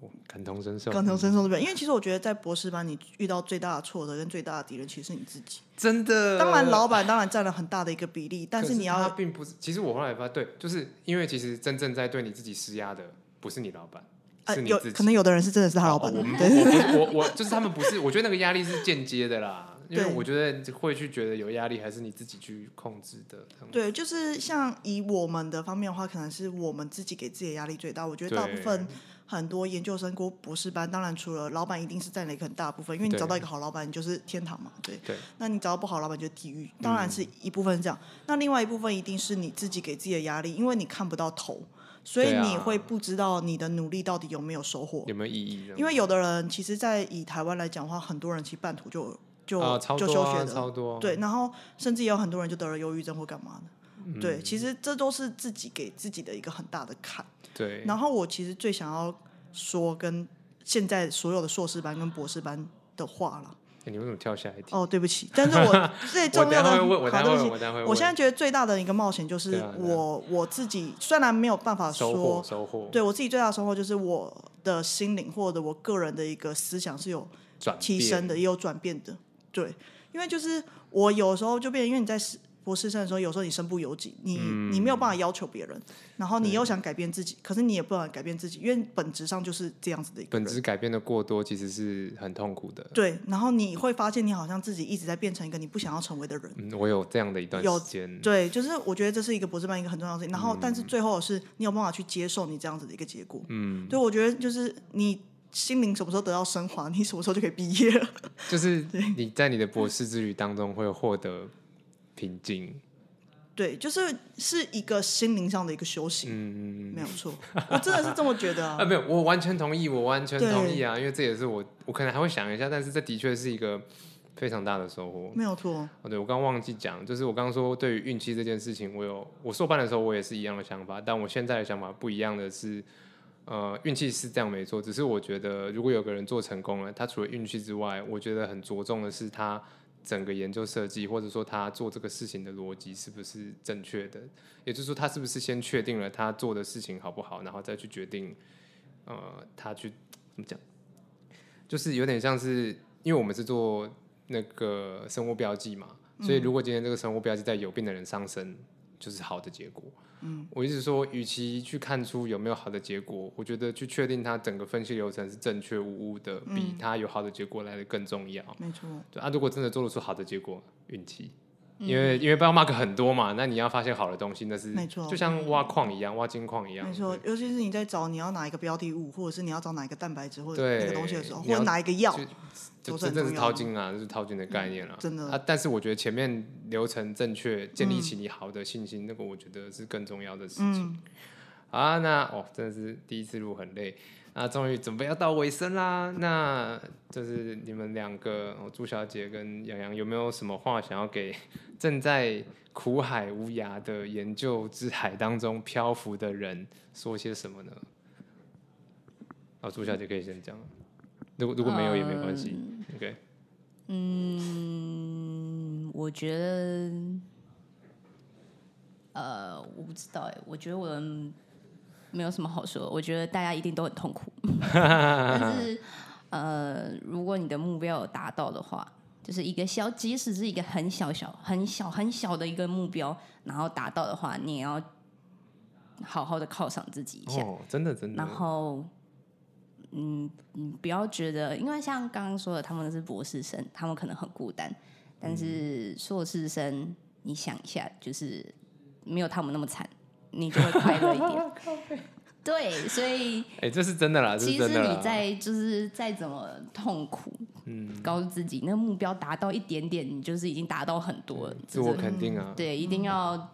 S2: 我感同身受，
S3: 感同身受这边。因为其实我觉得在博士班，你遇到最大的挫折跟最大的敌人其实是你自己。
S2: 真的。
S3: 当然，老板当然占了很大的一个比例，
S2: 呃
S3: 但
S2: 可
S3: 是
S2: 是
S3: 你
S2: 他
S3: 要
S2: 并不是，其实我后来发对，就是因为其实真正在对你自己施压的不是你老板，
S3: 呃
S2: 是你
S3: 有
S2: 自己。
S3: 可能有的人是真的是他老板啊
S2: 哦我
S3: 的，
S2: 们
S3: 对对
S2: 我我我就是他们不是，我觉得那个压力是间接的啦，因为
S3: 对
S2: 我觉得会去觉得有压力，还是你自己去控制的。这样
S3: 对，就是像以我们的方面的话，可能是我们自己给自己的压力最大。我觉得大部
S2: 对
S3: 分很多研究生过博士班，当然除了老板一定是占了一个很大的部分，因为你
S2: 对
S3: 找到一个好老板，你就是天堂嘛，对。
S2: 对嗯
S3: 那你找到不好老板就是地狱，当然是一部分是这样。那另外一部分一定是你自己给自己的压力，因为你看不到头，所以
S2: 对啊
S3: 你会不知道你的努力到底有没有收获。
S2: 有没有意义这样？
S3: 因为有的人其实，在以台湾来讲的话，很多人其实半途就就、
S2: 啊，超
S3: 就
S2: 多
S3: 休
S2: 啊
S3: 学的，
S2: 超多啊。
S3: 对，然后甚至也有很多人就得了忧郁症或干嘛的。
S2: 嗯
S3: 对，其实这都是自己给自己的一个很大的坎。
S2: 对，
S3: 然后我其实最想要说跟现在所有的硕士班跟博士班的话 了。
S2: 欸你为什么跳下一题？
S3: 哦，对不起，但是 我最重要的，
S2: 我等一下会问我等一
S3: 好，
S2: 下
S3: 对
S2: 会问
S3: 不
S2: 我等一下会
S3: 起，
S2: 问
S3: 我现在觉得最大的一个冒险就
S2: 对
S3: 是
S2: 啊对啊
S3: 我我自己虽然没有办法
S2: 收获
S3: 说，
S2: 收获，
S3: 对我自己最大的收获就是我的心灵或者我个人的一个思想是有
S2: 转
S3: 提
S2: 变
S3: 升的，也有转变的。对，因为就是我有时候就变成，因为你在实博士生的时候，有时候你身不由己，你、
S2: 嗯
S3: 你没有办法要求别人，然后你又想改变自己，可是你也不能改变自己，因为本质上就是这样子的一个
S2: 本
S3: 人。
S2: 质改变的过多，其实是很痛苦的。
S3: 对，然后你会发现你好像自己一直在变成一个你不想要成为的人。
S2: 嗯，我有这样的一段
S3: 有
S2: 时间，
S3: 对，就是我觉得这是一个博士班一个很重要的事情。然后，但是
S2: 嗯
S3: 最后是你有办法去接受你这样子的一个结果。嗯，对，我觉得就是你心灵什么时候得到升华，你什么时候就可以毕业了。
S2: 就是你在你的博士之旅当中会获得平静。
S3: 对，就是是一个心灵上的一个修行，
S2: 嗯
S3: 没有错，我真的是这么觉得、
S2: 啊，
S3: 啊。
S2: 没有，我完全同意，我完全同意啊，因为这也是我，我可能还会想一下，但是这的确是一个非常大的收获。
S3: 没有错，
S2: 哦，对，我刚忘记讲，就是我刚说对于运气这件事情，我有我硕班的时候我也是一样的想法，但我现在的想法不一样的是，呃，运气是这样没错，只是我觉得如果有个人做成功了，他除了运气之外，我觉得很着重的是他整个研究设计，或者说他做这个事情的逻辑是不是正确的，也就是说他是不是先确定了他做的事情好不好，然后再去决定，呃，他去怎么讲，就是有点像是因为我们是做那个生物标记嘛，所以如果今天这个生物标记在有病的人上升，就是好的结果。嗯，我一直说，与其去看出有没有好的结果，我觉得去确定它整个分析流程是正确无误的，
S3: 嗯
S2: 比它有好的结果来的更重要。
S3: 没错，
S2: 对啊，如果真的做得出好的结果，运气。因为因为 bug 很多嘛，那你要发现好的东西，那是
S3: 嗯没错
S2: 就像挖矿一样，挖金矿一样，
S3: 没错，尤其是你在找你要哪一个标的物，或者是你要找哪一个蛋白质或者
S2: 对
S3: 那个东西的时候，
S2: 你
S3: 或
S2: 要
S3: 者哪一个药，
S2: 就
S3: 都是
S2: 真
S3: 很
S2: 正是
S3: 重要
S2: 淘
S3: 的
S2: 金啊，就是淘金的概念啦、啊
S3: 嗯真的
S2: 啊，但是我觉得前面流程正确，建立起你好的信心，那个我觉得是更重要的事情。
S3: 嗯，
S2: 啊，那哦，真的是第一次录很累，那终于准备要到尾声啦。那就是你们两个，哦朱小姐跟洋洋，有没有什么话想要给 正在苦海无涯的研究之海当中漂浮的人说些什么呢？哦，朱小姐可以先讲，如果如果没有也没关系、o k
S1: 嗯，我觉得，呃，我不知道哎，我觉得我没有什么好说。我觉得大家一定都很痛苦， 但是呃，如果你的目标有达到的话，就是一个小，即使是一个很小小、很小、很小的一个目标，然后达到的话，你也要好好的犒赏自己一下。
S2: 哦，真的真的
S1: 然，后，嗯，你不要觉得，因为像刚刚说的，他们是博士生，他们可能很孤单，但是硕士生，你想一下，就是没有他们那么惨，你就会快乐一 点。对，所以
S2: 哎、这是真的啦，这
S1: 其实
S2: 是真的啦。
S1: 你再就是再怎么痛苦，
S2: 嗯，
S1: 告诉自己那目标达到一点点，你就是已经达到很多了。
S2: 自
S1: 就
S2: 我
S1: 是
S2: 肯定啊，
S1: 对，一定要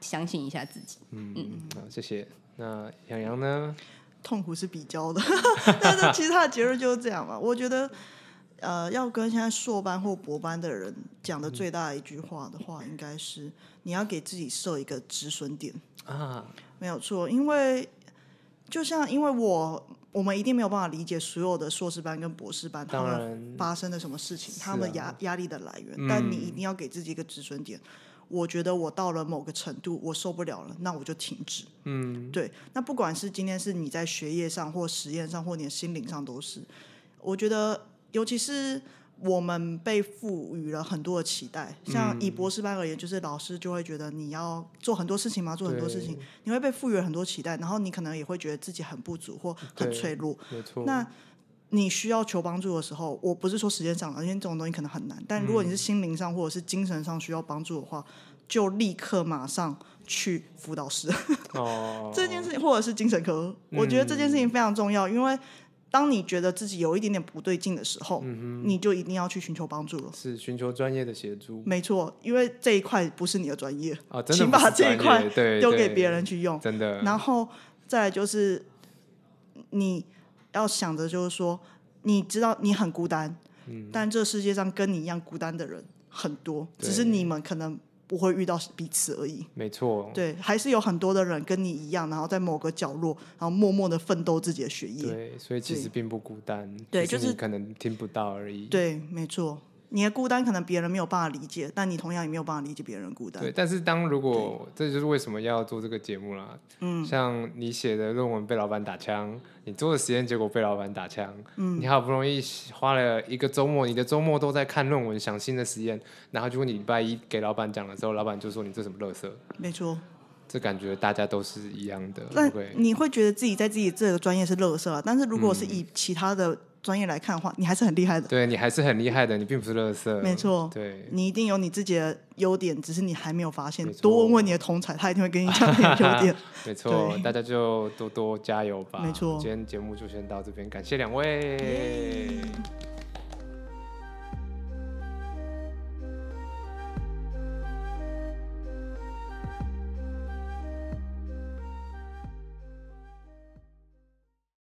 S1: 相信一下自己。
S2: 嗯，好，谢谢。那洋洋呢？
S3: 痛苦是比较的， 但是其实他的结论就是这样嘛。我觉得，呃，要跟现在硕班或博班的人讲
S2: 嗯
S3: 的最大的一句话的话，应该是你要给自己设一个止损点。
S2: 啊，
S3: 没有错，因为就像因为我我们一定没有办法理解所有的硕士班跟博士班他
S2: 啊当
S3: 们
S2: 然，
S3: 发生了什么事情，
S2: 是啊
S3: 他们压压力的来源，
S2: 嗯
S3: 但你一定要给自己一个止损点。我觉得我到了某个程度，我受不了了，那我就停止。
S2: 嗯，
S3: 对，那不管是今天是你在学业上，或实验上，或你的心灵上，都是。我觉得，尤其是我们被赋予了很多的期待，
S2: 嗯
S3: 像以博士班而言，就是老师就会觉得你要做很多事情嘛，做很多事情，你会被赋予了很多期待，然后你可能也会觉得自己很不足或很
S2: 对
S3: 脆弱。
S2: 没错。
S3: 那你需要求帮助的时候，我不是说时间上了，因为这种东西可能很难。但如果你是心灵上或者是精神上需要帮助的话，就立刻马上去辅导室。
S2: 哦，
S3: 这件事情，或者是精神科，我觉得这件
S2: 嗯
S3: 事情非常重要，因为当你觉得自己有一点点不对劲的时候，
S2: 嗯
S3: 你就一定要去寻求帮助了。
S2: 是寻求专业的协助
S3: 没错，因为这一块不是你的专业，
S2: 啊，真的
S3: 请
S2: 不是
S3: 把这一
S2: 专业
S3: 块
S2: 对
S3: 丢
S2: 对
S3: 给别人去用。
S2: 真的。
S3: 然后再来就是，你要想着就是说，你知道你很孤单，但这世界上跟你一样孤单的人很多，只是
S2: 嗯对
S3: 你们可能不会遇到彼此而已。
S2: 没错，
S3: 对，还是有很多的人跟你一样，然后在某个角落，然后默默的奋斗自己的学业。
S2: 对，所以其实并不孤单，
S3: 对
S2: 只是
S3: 就是
S2: 你可能听不到而已。
S3: 对，没错，你的孤单可能别人没有办法理解，但你同样也没有办法理解别人的孤单
S2: 对，。但是当如果这就是为什么要做这个节目啦。嗯，像你写的论文被老板打枪，你做的实验结果被老板打枪，嗯，你好不容易花了一个周末，你的周末都在看论文、想新的实验，然后结果你礼拜一给老板讲的时候，老板就说你这什么垃圾，
S3: 没错，
S2: 这感觉大家都是一样的，
S3: 那
S2: 对，
S3: 你会觉得自己在自己这个专业是垃圾啊，但是如
S2: 嗯
S3: 果是以其他的专业来看的话，你还是很厉害的。
S2: 对你还是很厉害的，你并不是垃圾，
S3: 没错嗯
S2: 对，
S3: 你一定有你自己的优点，只是你还没有发现
S2: 没。错
S3: 多问问你的同才，他一定会跟你讲你的优点。
S2: 没错，
S3: 对
S2: 大家就多多加油吧，
S3: 没错
S2: 今天节目就先到这边，感谢两位。